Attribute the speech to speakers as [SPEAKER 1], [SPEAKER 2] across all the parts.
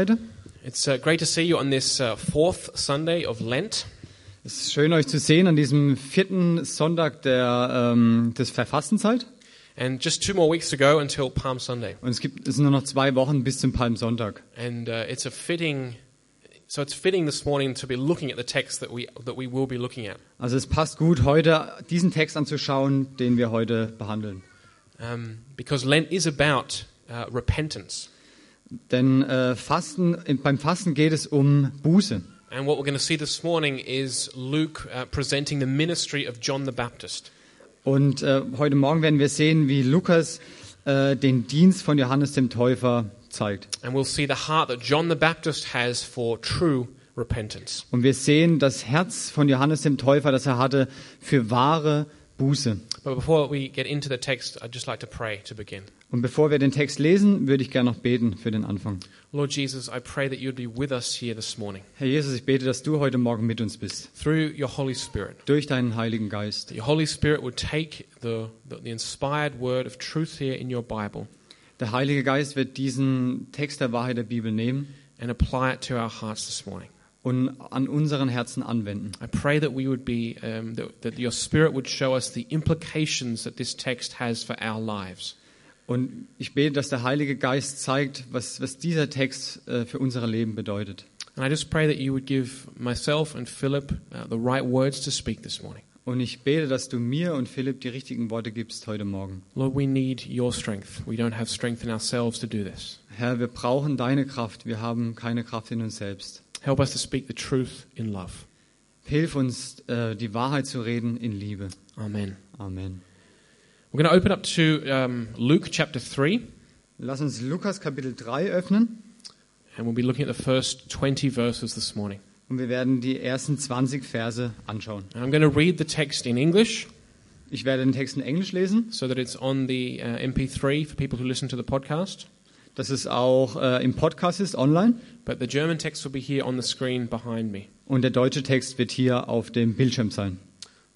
[SPEAKER 1] Seite.
[SPEAKER 2] It's uh, great to see you on this uh, fourth Sunday of Lent.
[SPEAKER 1] Es ist schön, euch zu sehen an diesem vierten Sonntag der, ähm, des Verfastenzeit.
[SPEAKER 2] And just two more weeks to go until Palm Sunday.
[SPEAKER 1] Und es, gibt, es sind nur noch zwei Wochen bis zum Palmsonntag.
[SPEAKER 2] And uh, it's a fitting, so it's fitting this morning to be looking at the text that we, that we will be looking at.
[SPEAKER 1] Also es passt gut, heute diesen Text anzuschauen, den wir heute behandeln.
[SPEAKER 2] Um, because Lent is about uh, repentance.
[SPEAKER 1] Denn äh, Fasten, in- beim Fasten geht es um Buße.
[SPEAKER 2] And what we're going to see this morning is Luke uh, presenting the ministry of John the Baptist.
[SPEAKER 1] Und äh, heute Morgen werden wir sehen, wie Lukas äh, den Dienst von Johannes dem Täufer zeigt.
[SPEAKER 2] And we'll see the heart that John the Baptist has for true repentance.
[SPEAKER 1] Und wir sehen das Herz von Johannes dem Täufer, das er hatte, für wahre Buße.
[SPEAKER 2] But before we get into the text, I'd just like to pray to begin.
[SPEAKER 1] Und bevor wir den Text lesen, würde ich gerne noch beten für den Anfang.
[SPEAKER 2] Lord Jesus, I pray that you'd be with us here this morning
[SPEAKER 1] Herr Jesus, ich bete, dass du heute Morgen mit uns bist,
[SPEAKER 2] through your Holy Spirit.
[SPEAKER 1] durch deinen Heiligen Geist.
[SPEAKER 2] That your Holy Spirit would take the, the, the inspired word of truth here in your Bible
[SPEAKER 1] Der Heilige Geist wird diesen Text der Wahrheit der Bibel nehmen
[SPEAKER 2] and apply it to our hearts this morning.
[SPEAKER 1] und an unseren Herzen anwenden.
[SPEAKER 2] I pray that we would be, um, that, that your Spirit would show us the implications that this text has for our lives.
[SPEAKER 1] Und ich bete, dass der Heilige Geist zeigt, was, was dieser Text äh, für unser Leben bedeutet.
[SPEAKER 2] And I just pray that you would give myself and Philip uh, the right words to speak this morning.
[SPEAKER 1] Und ich bete, dass du mir und Philipp die richtigen Worte gibst heute Morgen.
[SPEAKER 2] Lord, we need your strength. We don't have strength in ourselves to do this.
[SPEAKER 1] Herr, wir brauchen deine Kraft. Wir haben keine Kraft in uns selbst.
[SPEAKER 2] Help us to speak the truth in love.
[SPEAKER 1] Hilf uns, äh, die Wahrheit zu reden in Liebe.
[SPEAKER 2] Amen.
[SPEAKER 1] Amen.
[SPEAKER 2] We're going to open up to um, Luke chapter 3,
[SPEAKER 1] Lass uns Lukas Kapitel 3 öffnen
[SPEAKER 2] and we'll be looking at the first 20 verses this morning.
[SPEAKER 1] und wir werden die ersten 20 Verse anschauen.
[SPEAKER 2] And I'm going to read the text in English
[SPEAKER 1] Ich werde den Text in Englisch lesen.
[SPEAKER 2] so that it's on the uh, MP3 for people who listen to the podcast.
[SPEAKER 1] Das ist auch äh, im Podcast ist online
[SPEAKER 2] But the German text will be here on the screen behind me.
[SPEAKER 1] und der deutsche Text wird hier auf dem Bildschirm sein.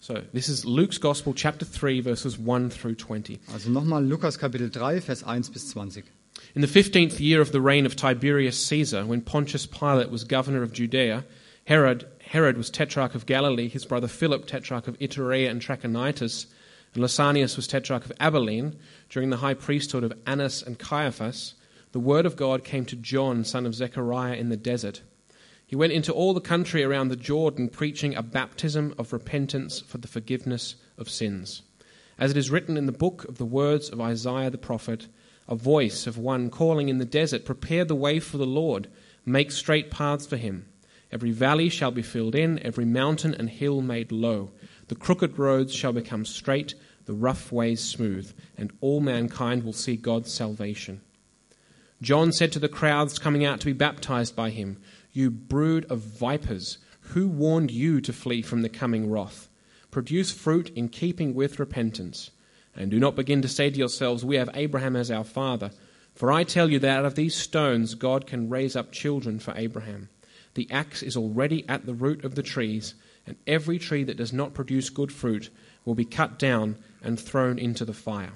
[SPEAKER 2] So this is Luke's Gospel, chapter 3, verses 1 through 20.
[SPEAKER 1] Also nochmal Lukas Kapitel 3, Vers 1 bis 20.
[SPEAKER 2] In the fifteenth year of the reign of Tiberius Caesar, when Pontius Pilate was governor of Judea, Herod, Herod was tetrarch of Galilee, his brother Philip tetrarch of Iturea and Trachonitis, and Lysanias was tetrarch of Abilene, during the high priesthood of Annas and Caiaphas, the word of God came to John, son of Zechariah, in the desert. He went into all the country around the Jordan, preaching a baptism of repentance for the forgiveness of sins. As it is written in the book of the words of Isaiah the prophet, a voice of one calling in the desert, Prepare the way for the Lord, make straight paths for him. Every valley shall be filled in, every mountain and hill made low. The crooked roads shall become straight, the rough ways smooth, and all mankind will see God's salvation. John said to the crowds coming out to be baptized by him, You brood of vipers, who warned you to flee from the coming wrath? Produce fruit in keeping with repentance. And do not begin to say to yourselves, We have Abraham as our father. For I tell you that out of these stones God can raise up children for Abraham. The axe is already at the root of the trees, and every tree that does not produce good fruit will be cut down and thrown into the fire.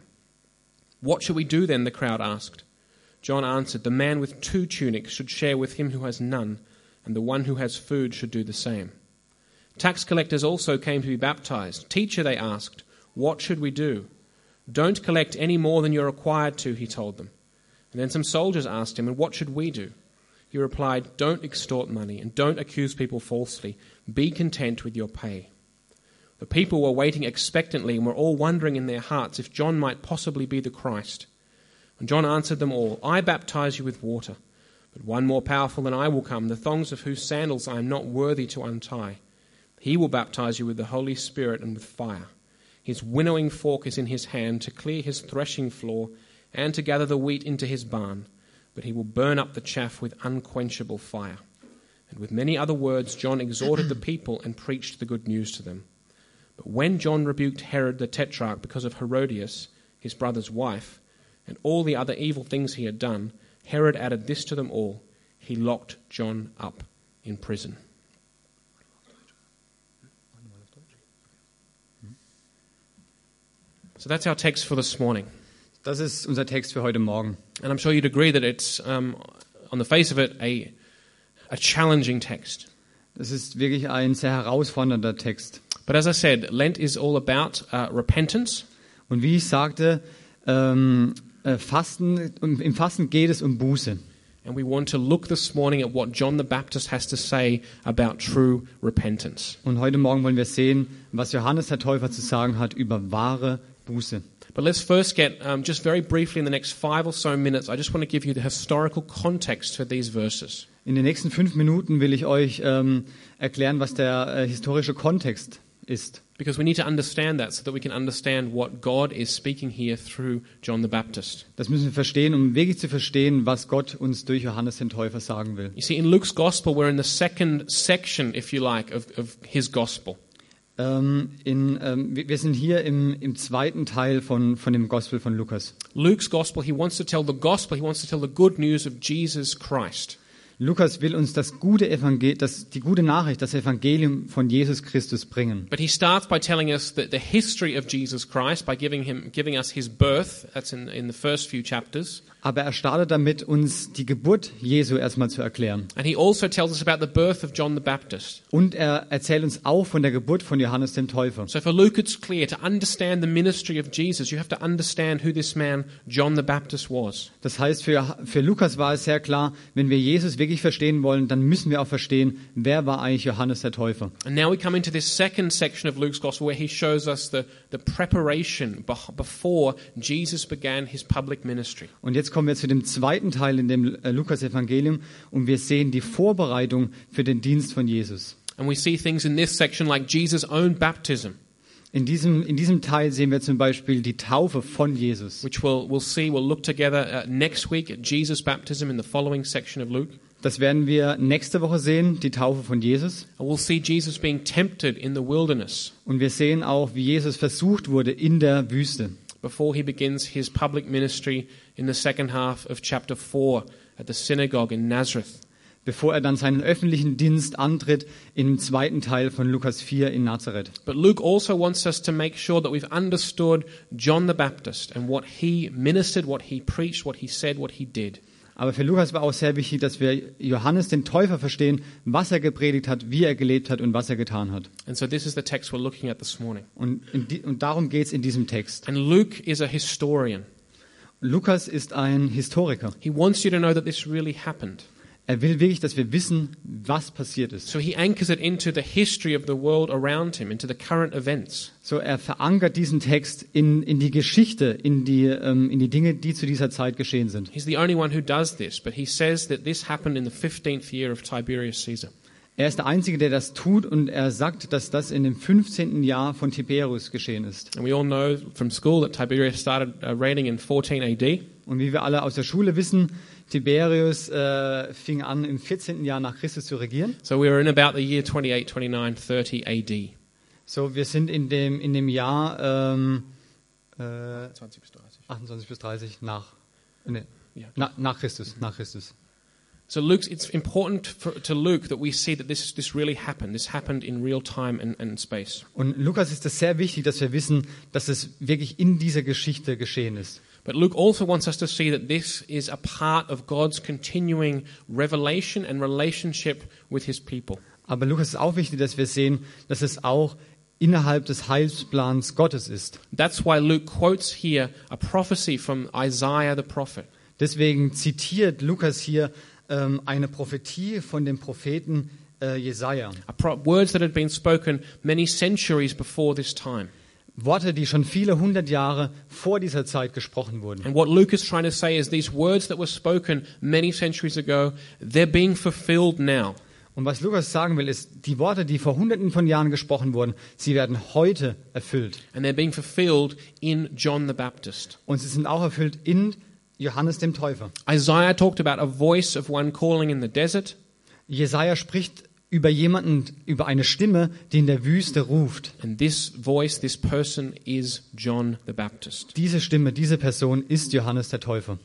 [SPEAKER 2] What shall we do then? the crowd asked. John answered, The man with two tunics should share with him who has none, and the one who has food should do the same. Tax collectors also came to be baptized. Teacher, they asked, What should we do? Don't collect any more than you're required to, he told them. And then some soldiers asked him, And what should we do? He replied, Don't extort money, and don't accuse people falsely. Be content with your pay. The people were waiting expectantly and were all wondering in their hearts if John might possibly be the Christ. And John answered them all, I baptize you with water, but one more powerful than I will come, the thongs of whose sandals I am not worthy to untie. He will baptize you with the Holy Spirit and with fire. His winnowing fork is in his hand to clear his threshing floor and to gather the wheat into his barn, but he will burn up the chaff with unquenchable fire. And with many other words, John exhorted the people and preached the good news to them. But when John rebuked Herod the Tetrarch because of Herodias, his brother's wife, and all the other evil things he had done, Herod added this to them all he locked John up in prison. So that's our text for this morning.
[SPEAKER 1] Das ist unser Text für heute Morgen.
[SPEAKER 2] And I'm sure you'd agree that it's um, on the face of it, a, a challenging text.
[SPEAKER 1] Es ist wirklich ein sehr herausfordernder Text.
[SPEAKER 2] But as I said, Lent is all about uh, repentance,
[SPEAKER 1] Und wie ich sagte, ähm, äh, Fasten, um- im Fasten geht es um Buße.
[SPEAKER 2] and we want to look this morning at what John the Baptist has to say about true repentance.
[SPEAKER 1] Und heute Morgen wollen wir sehen, was Johannes der Täufer zu sagen hat über wahre Buße.
[SPEAKER 2] But let's first get, um, just very briefly in the next five or so minutes, I just want to give you the historical context for these verses.
[SPEAKER 1] In den nächsten fünf Minuten will ich euch ähm, erklären, was der äh, historische Kontext ist.
[SPEAKER 2] Because we need to understand that so that we can understand what God is speaking here through John the Baptist.
[SPEAKER 1] Das müssen wir verstehen, um wirklich zu verstehen, was Gott uns durch Johannes den Täufer sagen will.
[SPEAKER 2] You see, in Luke's gospel, we're in the second section, if you like, of, of his gospel.
[SPEAKER 1] Ähm, in, ähm, wir wir sind hier im, im zweiten Teil von, von dem Gospel von Lukas.
[SPEAKER 2] Luke's gospel, he wants to tell the gospel, he wants to tell the good news of Jesus Christ.
[SPEAKER 1] Lukas will uns das gute Evangel das, die gute Nachricht, das Evangelium von Jesus Christus bringen.
[SPEAKER 2] But he starts by telling us that the history of Jesus Christ, by giving, him, giving us his birth, that's in, in the first few chapters.
[SPEAKER 1] Aber er startet damit, uns die Geburt Jesu erstmal zu erklären.
[SPEAKER 2] And he also tells us about the birth of John the Baptist.
[SPEAKER 1] Und er erzählt uns auch von der Geburt von Johannes dem Täufer.
[SPEAKER 2] So for Luke, it's clear to understand the ministry of Jesus, you have to understand who this man, John the Baptist, was.
[SPEAKER 1] Das heißt, für, für Lukas war es sehr klar, wenn wir Jesus wirklich verstehen wollen, dann müssen wir auch verstehen, wer war eigentlich Johannes der Täufer.
[SPEAKER 2] And now we come into this second section of Luke's gospel where he shows us the, the preparation beh- before Jesus began his public ministry.
[SPEAKER 1] Und jetzt kommen wir zu dem zweiten Teil in dem äh, Lukas-Evangelium und wir sehen die Vorbereitung für den Dienst von Jesus.
[SPEAKER 2] And we see things in this section like Jesus' own baptism,
[SPEAKER 1] In diesem, in diesem Teil sehen wir zum Beispiel die Taufe von Jesus.
[SPEAKER 2] which we'll, we'll see, we'll look together uh, next week at Jesus' baptism in the following section of Luke.
[SPEAKER 1] Das werden wir nächste Woche sehen, die Taufe von Jesus.
[SPEAKER 2] And we'll see Jesus being tempted in the wilderness
[SPEAKER 1] Und wir sehen auch, wie Jesus versucht wurde in der Wüste.
[SPEAKER 2] before he begins his public ministry in the second half of chapter 4 at the synagogue in Nazareth.
[SPEAKER 1] bevor er dann seinen öffentlichen Dienst antritt im zweiten Teil von Lukas 4 in Nazareth.
[SPEAKER 2] But Luke also wants us to make sure that we've understood John the Baptist and what he ministered, what he preached, what he said, what he did.
[SPEAKER 1] Aber für Lukas war auch sehr wichtig, dass wir Johannes den Täufer verstehen, was er gepredigt hat, wie er gelebt hat und was er getan hat.
[SPEAKER 2] And so this is the text we're looking at this morning.
[SPEAKER 1] Und, in die, und darum geht es in diesem Text.
[SPEAKER 2] And Luke is a historian.
[SPEAKER 1] Lukas ist ein Historiker.
[SPEAKER 2] He wants you to know that this really happened.
[SPEAKER 1] Er will wirklich, dass wir wissen, was passiert ist.
[SPEAKER 2] So he anchors it into the history of the world around him, into the current events.
[SPEAKER 1] So er verankert diesen Text in, in die Geschichte, in die, ähm, in die Dinge, die zu dieser Zeit geschehen sind.
[SPEAKER 2] He's the only one who does this, but he says that this happened in the 15th year of Tiberius Caesar.
[SPEAKER 1] Er ist der Einzige, der das tut und er sagt, dass das in dem 15. Jahr von Tiberius geschehen ist.
[SPEAKER 2] And we all know from school that Tiberius started uh, reigning in 14 AD.
[SPEAKER 1] Und wie wir alle aus der Schule wissen, Tiberius äh, fing an, im 14. Jahr nach Christus zu regieren.
[SPEAKER 2] So we were in about the year 28, 29, 30
[SPEAKER 1] So, wir sind in dem, in dem Jahr ähm, äh,
[SPEAKER 2] AD.
[SPEAKER 1] 28 bis 30 nach, nee,
[SPEAKER 2] Ja.
[SPEAKER 1] na, nach Christus. Nach Christus.
[SPEAKER 2] So Luke's, it's important for, to Luke that we see that this, this really happened. This happened in real time and, and space.
[SPEAKER 1] Und Lukas ist es sehr wichtig, dass wir wissen, dass es wirklich in dieser Geschichte geschehen ist.
[SPEAKER 2] But Luke also wants us to see that this is a part of God's continuing revelation and relationship with his people.
[SPEAKER 1] Aber Lukas ist auch wichtig, dass wir sehen, dass es auch innerhalb des Heilsplans Gottes ist.
[SPEAKER 2] That's why Luke quotes here a prophecy from Isaiah the prophet.
[SPEAKER 1] Deswegen zitiert Lukas hier ähm, eine Prophetie von dem Propheten äh, Jesaja.
[SPEAKER 2] A pro- words that had been spoken many centuries before this time.
[SPEAKER 1] Worte, die schon viele hundert Jahre vor dieser Zeit gesprochen wurden.
[SPEAKER 2] And what Luke is trying to say is these words that were spoken many centuries ago, they're being fulfilled now.
[SPEAKER 1] Und was Lukas sagen will, ist, die Worte, die vor hunderten von Jahren gesprochen wurden, sie werden heute erfüllt.
[SPEAKER 2] And they're being fulfilled in John the Baptist.
[SPEAKER 1] Und sie sind auch erfüllt in Johannes dem Täufer.
[SPEAKER 2] Isaiah talked about a voice of one calling in the desert.
[SPEAKER 1] Jesaja spricht über jemanden, über eine Stimme, die in der Wüste ruft.
[SPEAKER 2] And this voice, this person is John the Baptist.
[SPEAKER 1] Diese Stimme, diese Person ist Johannes der Täufer.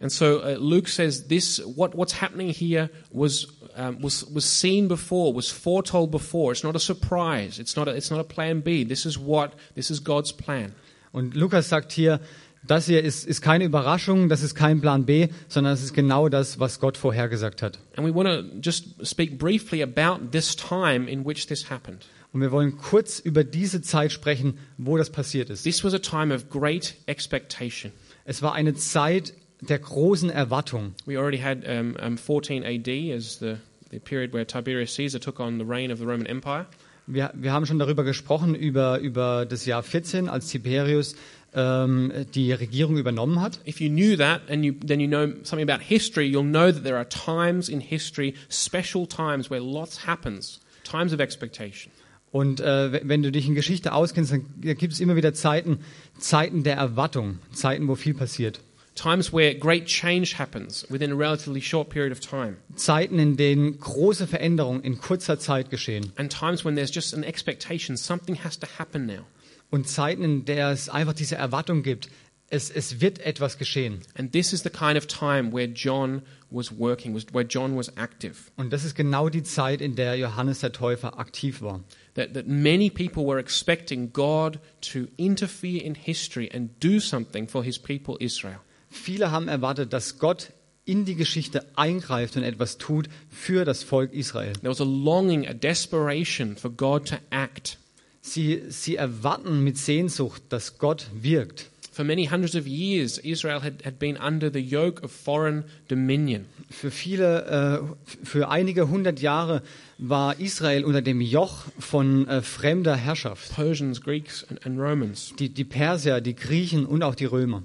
[SPEAKER 2] And so uh, Luke says this, what, what's happening here was, um, was, was seen before, was foretold before. It's not a surprise. It's not a, it's not a plan B. This is what, this is God's plan.
[SPEAKER 1] Und Lukas sagt hier, Das hier ist, ist keine Überraschung, das ist kein Plan B, sondern es ist genau das, was Gott vorhergesagt hat.
[SPEAKER 2] And we want to just speak briefly about this time in which this happened.
[SPEAKER 1] Und wir wollen kurz über diese Zeit sprechen, wo das passiert ist.
[SPEAKER 2] This was a time of great expectation.
[SPEAKER 1] Es war eine Zeit der großen Erwartung.
[SPEAKER 2] We already had um, um, 14 AD as the, the period where Tiberius Caesar took on the reign of the Roman Empire.
[SPEAKER 1] Wir, wir haben schon darüber gesprochen, über, über das Jahr 14, als Tiberius ähm, die Regierung übernommen hat.
[SPEAKER 2] If you knew that and you, then you know something about history, you'll know that there are times in history, special times where lots happens, times of expectation.
[SPEAKER 1] Und äh, we- wenn du dich in Geschichte auskennst, dann gibt es immer wieder Zeiten, Zeiten der Erwartung, Zeiten, wo viel passiert.
[SPEAKER 2] Times where great change happens within a relatively short period of time,
[SPEAKER 1] Zeiten, in denen große Veränderungen in kurzer Zeit geschehen.
[SPEAKER 2] and times when there's just an expectation something has to happen now.
[SPEAKER 1] Und Zeiten, in der es einfach diese Erwartung gibt, es, es wird etwas geschehen.
[SPEAKER 2] And this is the kind of time where John was working, was, where John was active.
[SPEAKER 1] Und das ist genau die Zeit, in der Johannes der Täufer aktiv war.
[SPEAKER 2] That, that many people were expecting God to interfere in history and do something for his people Israel.
[SPEAKER 1] Viele haben erwartet, dass Gott in die Geschichte eingreift und etwas tut für das Volk Israel.
[SPEAKER 2] There was a longing, a desperation for God to act.
[SPEAKER 1] Sie, sie erwarten mit Sehnsucht, dass Gott wirkt.
[SPEAKER 2] For many hundreds of years, Israel had, had been under the yoke of foreign dominion.
[SPEAKER 1] Für viele, äh, für einige hundert Jahre war Israel unter dem Joch von äh, fremder Herrschaft.
[SPEAKER 2] Persians, Greeks, and, and Romans.
[SPEAKER 1] Die, die Perser, die Griechen und auch die Römer.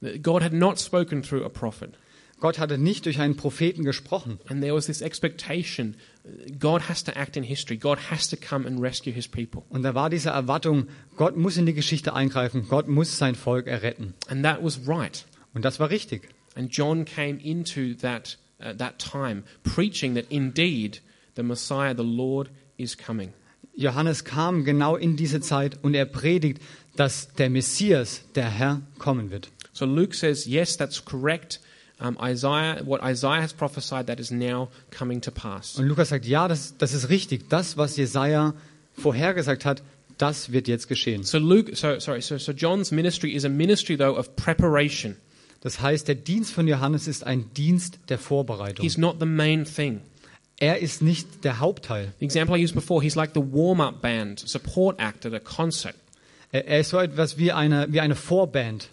[SPEAKER 2] That God had not spoken through a prophet.
[SPEAKER 1] Gott hatte nicht durch einen Propheten gesprochen.
[SPEAKER 2] And there was this expectation uh, God has to act in history, God has to come and rescue his people.
[SPEAKER 1] Und da war diese Erwartung, Gott muss in die Geschichte eingreifen, Gott muss sein Volk erretten.
[SPEAKER 2] And that was right.
[SPEAKER 1] Und das war richtig.
[SPEAKER 2] And John came into that, uh, that time preaching that indeed the Messiah, the Lord, is coming.
[SPEAKER 1] Johannes kam genau in diese Zeit und er predigt, dass der Messias, der Herr, kommen wird.
[SPEAKER 2] So Luke says, yes, that's correct. Um, Isaiah, what Isaiah has prophesied, that is now coming to pass.
[SPEAKER 1] Und Lukas sagt, ja, das, das ist richtig. Das, was Jesaja vorhergesagt hat, das wird jetzt geschehen.
[SPEAKER 2] So Luke, so sorry, so, so John's ministry is a ministry though of preparation.
[SPEAKER 1] Das heißt, der Dienst von Johannes ist ein Dienst der Vorbereitung.
[SPEAKER 2] He's not the main thing.
[SPEAKER 1] Er ist nicht der Hauptteil.
[SPEAKER 2] The example I used before, he's like the warm-up band, support act at a concert,
[SPEAKER 1] Er, er ist so etwas wie eine, wie eine Vorband.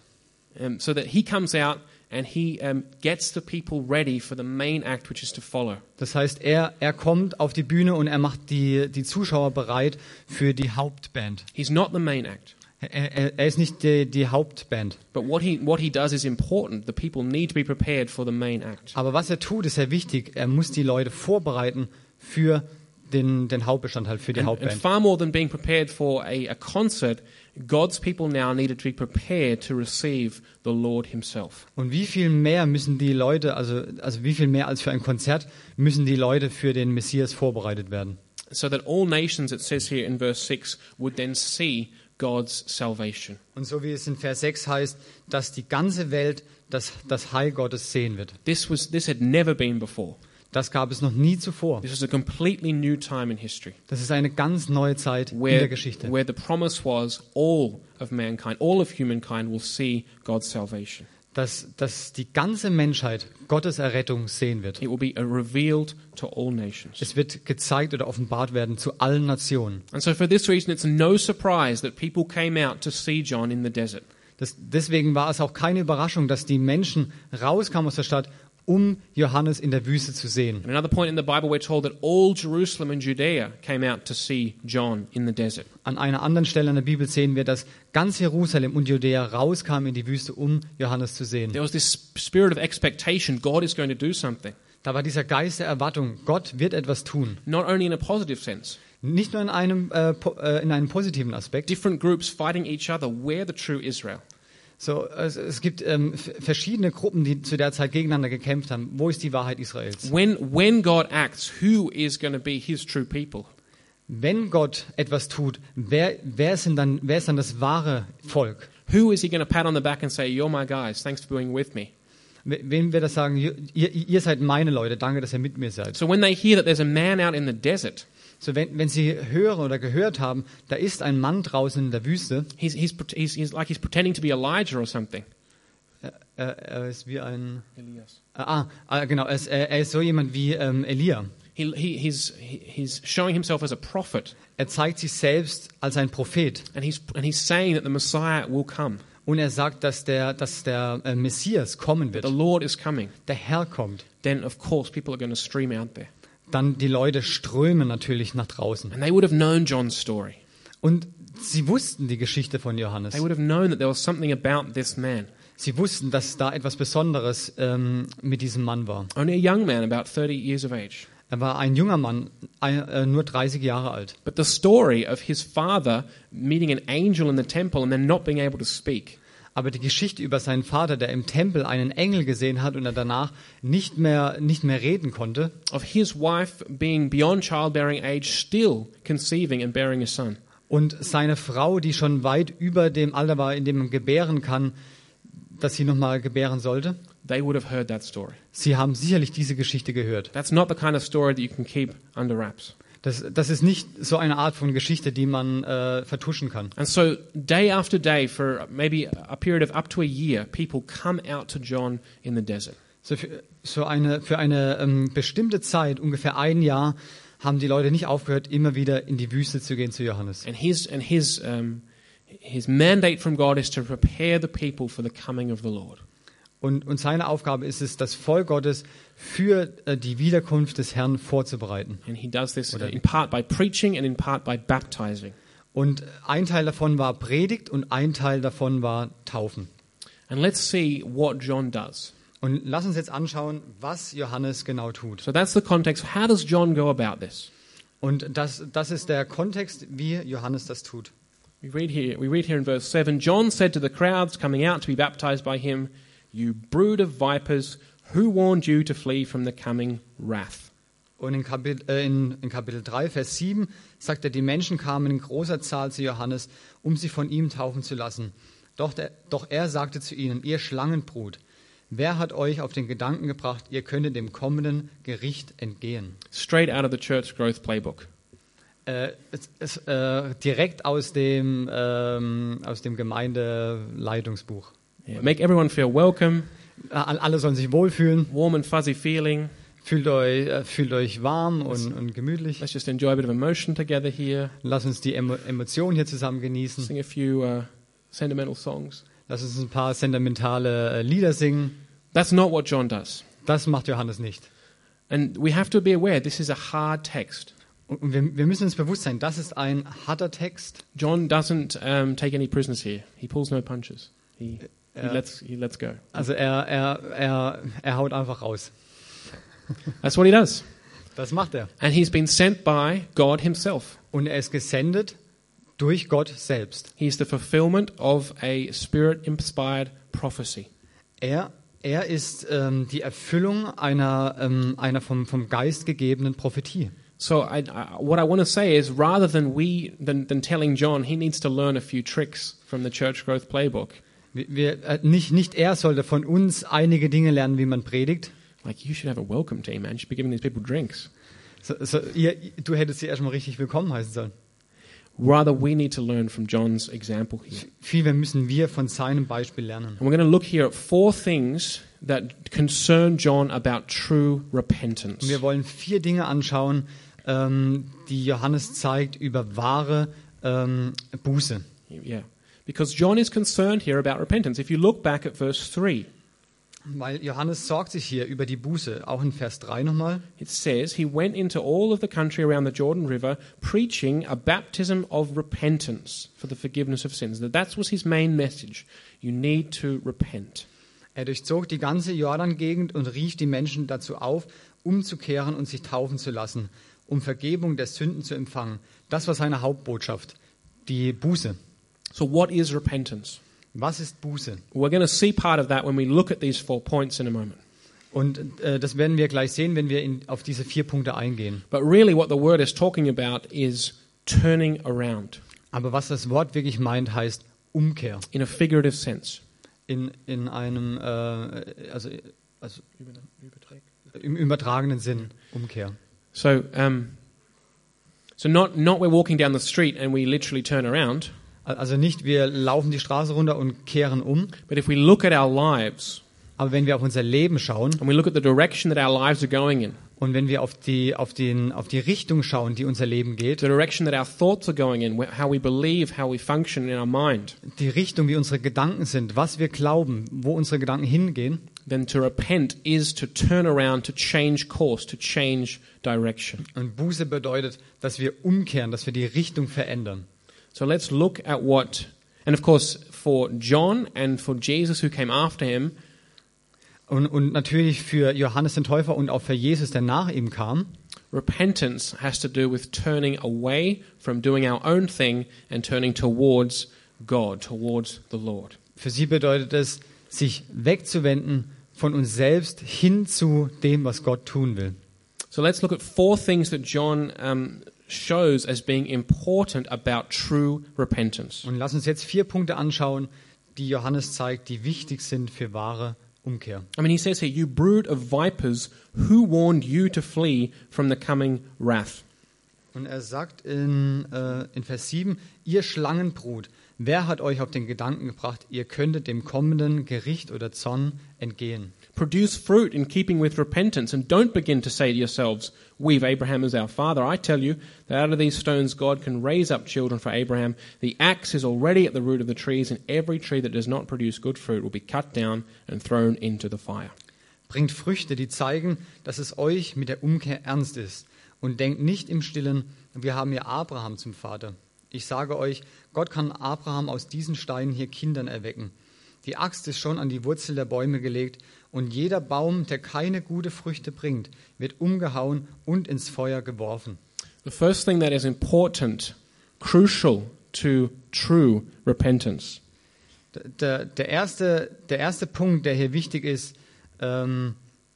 [SPEAKER 2] um, so that he comes out and he um, gets the people ready for the main act, which is to follow.
[SPEAKER 1] Das heißt, er, er kommt auf die Bühne und er macht die, die Zuschauer bereit für die Hauptband.
[SPEAKER 2] He's not the main act.
[SPEAKER 1] Er, er, er ist nicht die, die Hauptband.
[SPEAKER 2] But what he, what he does is important. The people need to be prepared for the main act.
[SPEAKER 1] Aber was er tut, ist sehr wichtig. Er muss die Leute vorbereiten für den, den Hauptbestandteil, für die
[SPEAKER 2] And
[SPEAKER 1] Hauptband.
[SPEAKER 2] far more than being prepared for a, a concert, God's people now needed to be prepared to receive the Lord himself.
[SPEAKER 1] Und wie viel mehr müssen die Leute, also, also wie viel mehr als für ein Konzert, müssen die Leute für den Messias vorbereitet werden?
[SPEAKER 2] So that all nations, it says here in verse 6, would then see God's salvation.
[SPEAKER 1] Und so wie es in Vers 6 heißt, dass die ganze Welt das, das Heil Gottes sehen wird.
[SPEAKER 2] This, was, this had never been before.
[SPEAKER 1] Das gab es noch nie zuvor.
[SPEAKER 2] This was a completely new time in history
[SPEAKER 1] Das ist eine ganz neue Zeit in
[SPEAKER 2] where,
[SPEAKER 1] der Geschichte,
[SPEAKER 2] where the promise was all of mankind, all of humankind will see God's salvation.
[SPEAKER 1] dass, dass die ganze Menschheit Gottes Errettung sehen wird.
[SPEAKER 2] It will be uh, revealed to all nations.
[SPEAKER 1] Es wird gezeigt oder offenbart werden zu allen Nationen.
[SPEAKER 2] And so, for this reason, it's no surprise that people came out to see John in the desert.
[SPEAKER 1] Das, deswegen war es auch keine Überraschung, dass die Menschen rauskamen aus der Stadt, um Johannes in der Wüste zu sehen.
[SPEAKER 2] At another point in the Bible, we're told that all Jerusalem and Judea came out to see John in the desert.
[SPEAKER 1] An einer anderen Stelle in der Bibel sehen wir, dass ganz Jerusalem und Judäa rauskamen in die Wüste, um Johannes zu sehen.
[SPEAKER 2] There was this spirit of expectation God is going to do something,
[SPEAKER 1] Da war dieser Geist der Erwartung, Gott wird etwas tun.
[SPEAKER 2] not only in a positive sense.
[SPEAKER 1] Nicht nur in einem, äh, po, äh, in einem positiven Aspekt.
[SPEAKER 2] Different groups fighting each other, we're the true Israel.
[SPEAKER 1] So, es, es gibt ähm, f- verschiedene Gruppen, die zu der Zeit gegeneinander gekämpft haben. Wo ist die Wahrheit Israels?
[SPEAKER 2] When, when God acts, who is going to be his true people?
[SPEAKER 1] Wenn Gott etwas tut, wer, wer, sind dann, wer ist dann das wahre Volk?
[SPEAKER 2] Who is he going to pat on the back and say, You're my guys, thanks for being with me?
[SPEAKER 1] We- Wem wir das sagen, ihr, ihr- ihr seid meine Leute, danke, dass ihr mit mir seid.
[SPEAKER 2] So, when they hear that there's a man out in the desert,
[SPEAKER 1] So, wenn, wenn sie hören oder gehört haben, da ist ein Mann draußen in der Wüste,
[SPEAKER 2] He's, he's, pret- he's, he's like he's pretending to be Elijah or something.
[SPEAKER 1] Er, äh, er ist wie ein.
[SPEAKER 2] Elias.
[SPEAKER 1] Ah, ah, genau. Er ist, er er ist so jemand wie ähm, Elia.
[SPEAKER 2] He, he, he's, he, he's showing himself as a prophet,
[SPEAKER 1] Er zeigt sich selbst als ein Prophet
[SPEAKER 2] and he's, and he's saying that the Messiah will come.
[SPEAKER 1] und er sagt, dass der, dass der äh, Messias kommen
[SPEAKER 2] The
[SPEAKER 1] wird,
[SPEAKER 2] Lord is coming.
[SPEAKER 1] der Herr kommt.
[SPEAKER 2] Then, of course, people are going to stream out there.
[SPEAKER 1] Dann die Leute strömen natürlich nach draußen.
[SPEAKER 2] And they would have known John's story.
[SPEAKER 1] Und sie wussten die Geschichte von Johannes.
[SPEAKER 2] They would have known that there was something about this man.
[SPEAKER 1] Sie wussten, dass da etwas Besonderes ähm, mit diesem Mann war.
[SPEAKER 2] Only a young man, about 30 years of age.
[SPEAKER 1] Er war ein junger Mann, ein, äh, nur 30 Jahre alt.
[SPEAKER 2] But the story of his father meeting an angel in the temple and then not being able to speak
[SPEAKER 1] Aber die Geschichte über seinen Vater, der im Tempel einen Engel gesehen hat und er danach nicht mehr, nicht mehr reden konnte,
[SPEAKER 2] of his wife being beyond childbearing age, still conceiving and bearing a son.
[SPEAKER 1] Und seine Frau, die schon weit über dem Alter war, in dem man gebären kann, dass sie nochmal gebären sollte.
[SPEAKER 2] They would have heard that story.
[SPEAKER 1] Sie haben sicherlich diese Geschichte gehört.
[SPEAKER 2] That's not the kind of story that you can keep under wraps.
[SPEAKER 1] Das, das ist nicht so eine Art von Geschichte, die man äh, vertuschen kann.
[SPEAKER 2] And so, day after day, for maybe a period of up to a year, people come out to John in the desert.
[SPEAKER 1] So für, so eine, für eine ähm, bestimmte Zeit, ungefähr ein Jahr, haben die Leute nicht aufgehört, immer wieder in die Wüste zu gehen zu Johannes.
[SPEAKER 2] And his, and his, um, his mandate from God is to prepare the people for the coming of the Lord.
[SPEAKER 1] Und, und seine Aufgabe ist es, das Volk Gottes für äh, die Wiederkunft des Herrn vorzubereiten.
[SPEAKER 2] And he does this in part by preaching and in part by baptizing.
[SPEAKER 1] Und ein Teil davon war Predigt und ein Teil davon war Taufen.
[SPEAKER 2] And let's see what John does.
[SPEAKER 1] Und lass uns jetzt anschauen, was Johannes genau tut.
[SPEAKER 2] So that's the context. How does John go about this?
[SPEAKER 1] Und das, das ist der Kontext, wie Johannes das tut.
[SPEAKER 2] We read here, we read here in verse 7 John said to the crowds coming out to be baptized by him, You brood of vipers, who warned you to flee from the coming wrath?
[SPEAKER 1] Und in Kapitel, äh, in, in Kapitel 3, Vers 7 sagt er, die Menschen kamen in großer Zahl zu Johannes, um sie von ihm taufen zu lassen. Doch, der, doch er sagte zu ihnen, ihr Schlangenbrut, wer hat euch auf den Gedanken gebracht, ihr könntet dem kommenden Gericht entgehen?
[SPEAKER 2] Straight out of the church growth playbook.
[SPEAKER 1] Äh, es, es, äh, direkt aus dem, ähm, aus dem Gemeindeleitungsbuch.
[SPEAKER 2] Yeah, Make everyone feel welcome,
[SPEAKER 1] Äh, Alle sollen sich wohlfühlen.
[SPEAKER 2] warm and fuzzy feeling.
[SPEAKER 1] Fühlt euch, äh, fühlt euch warm und, und gemütlich.
[SPEAKER 2] Let's just enjoy a bit of emotion together here.
[SPEAKER 1] Lasst uns die Emo Emotionen hier zusammen genießen.
[SPEAKER 2] Sing a few uh, sentimental songs.
[SPEAKER 1] Lasst uns ein paar sentimentale äh, Lieder singen.
[SPEAKER 2] That's not what John does.
[SPEAKER 1] Das macht Johannes nicht.
[SPEAKER 2] And we have to be aware this is a hard text.
[SPEAKER 1] Und und wir, wir müssen uns bewusst sein, das ist ein harter Text.
[SPEAKER 2] John doesn't um, take any prisoners here. He pulls no punches. He, he
[SPEAKER 1] Uh,
[SPEAKER 2] lets he lets go.
[SPEAKER 1] Also er, er, er, er haut einfach raus.
[SPEAKER 2] That's what he does.
[SPEAKER 1] Das macht er.
[SPEAKER 2] And he's been sent by God Himself.
[SPEAKER 1] Und er ist gesendet durch Gott selbst.
[SPEAKER 2] He's the fulfillment of a Spirit-inspired prophecy.
[SPEAKER 1] Er, er ist ähm, die Erfüllung einer, ähm, einer vom, vom Geist gegebenen Prophetie.
[SPEAKER 2] So I, I, what I want to say is, rather than we than, than telling John he needs to learn a few tricks from the church growth playbook,
[SPEAKER 1] Wir, wir, äh, nicht, nicht er sollte von uns einige Dinge lernen, wie man predigt.
[SPEAKER 2] like you should have a welcome team, man. You should be giving these people drinks.
[SPEAKER 1] So, so, ihr, du hättest sie erstmal richtig willkommen heißen sollen.
[SPEAKER 2] Rather, we need to learn from John's example here.
[SPEAKER 1] Vielmehr müssen wir von seinem Beispiel lernen.
[SPEAKER 2] And we're going to look here at four things that concern John about true repentance.
[SPEAKER 1] Und wir wollen vier Dinge anschauen, ähm, die Johannes zeigt über wahre ähm, Buße.
[SPEAKER 2] Yeah. Because John is concerned here about repentance. If you look back at verse 3,
[SPEAKER 1] Weil Johannes sorgt sich hier über die Buße, auch in Vers 3 nochmal.
[SPEAKER 2] it says, He went into all of the country around the Jordan River, preaching a baptism of repentance for the forgiveness of sins. That that was his main message. You need to repent.
[SPEAKER 1] Er durchzog die ganze Jordan-Gegend und rief die Menschen dazu auf, umzukehren und sich taufen zu lassen, um Vergebung der Sünden zu empfangen. Das war seine Hauptbotschaft, die Buße.
[SPEAKER 2] So, what is repentance?
[SPEAKER 1] Was ist Buße?
[SPEAKER 2] We're going to see part of that when we look at these four points in a moment.
[SPEAKER 1] Und äh, das werden wir gleich sehen, wenn wir in, auf diese vier Punkte eingehen.
[SPEAKER 2] But really, what the word is talking about is turning around
[SPEAKER 1] Aber was das Wort wirklich meint, heißt Umkehr.
[SPEAKER 2] in a figurative sense.
[SPEAKER 1] In, in einem, äh, also, also im übertragenen Sinn, Umkehr.
[SPEAKER 2] So, um, so not, not we're walking down the street and we literally turn around,
[SPEAKER 1] Also nicht, wir laufen die Straße runter und kehren um.
[SPEAKER 2] But if we look at our lives
[SPEAKER 1] Aber wenn wir auf unser Leben schauen
[SPEAKER 2] and we look at the direction that our lives are going in,
[SPEAKER 1] und wenn wir auf die, auf, den, auf die Richtung schauen, die unser Leben geht,
[SPEAKER 2] the direction that our thoughts are going in, wh- how we believe, how we function in our mind,
[SPEAKER 1] die Richtung, wie unsere Gedanken sind, was wir glauben, wo unsere Gedanken hingehen,
[SPEAKER 2] then to repent is to turn around, to change course, to change direction.
[SPEAKER 1] und Buße bedeutet, dass wir umkehren, dass wir die Richtung verändern.
[SPEAKER 2] So let's look at what, and of course, for John and for Jesus who came after him,
[SPEAKER 1] Und, und natürlich für Johannes den Täufer und auch für Jesus, der nach ihm kam,
[SPEAKER 2] repentance has to do with turning away from doing our own thing and turning towards God, towards the Lord.
[SPEAKER 1] für sie bedeutet es, sich wegzuwenden von uns selbst hin zu dem, was Gott tun will.
[SPEAKER 2] So let's look at four things that John um, shows as being important about true repentance.
[SPEAKER 1] Und lass uns jetzt vier Punkte anschauen, die Johannes zeigt, die wichtig sind für wahre Umkehr.
[SPEAKER 2] I mean, he says here, You brood of vipers, who warned you to flee from the coming wrath?
[SPEAKER 1] Und er sagt in, äh, in Vers 7, ihr Schlangenbrut, wer hat euch auf den Gedanken gebracht, ihr könntet dem kommenden Gericht oder Zorn entgehen?
[SPEAKER 2] Produce fruit in keeping with repentance, and don't begin to say to yourselves, We've Abraham as our father. I tell you that out of these stones God can raise up children for Abraham. The axe is already at the root of the trees, and every tree that does not produce good fruit will be cut down and thrown into the fire.
[SPEAKER 1] Bringt Früchte, die zeigen, dass es euch mit der Umkehr ernst ist. Und denkt nicht im Stillen, wir haben ja Abraham zum Vater. Ich sage euch, Gott kann Abraham aus diesen Steinen hier Kindern erwecken. Die Axt ist schon an die Wurzel der Bäume gelegt, und jeder Baum, der keine gute Früchte bringt, wird umgehauen und ins Feuer geworfen.
[SPEAKER 2] The first thing that is important, crucial to true repentance,
[SPEAKER 1] Der, der, erste, der erste Punkt, der hier wichtig ist, ähm,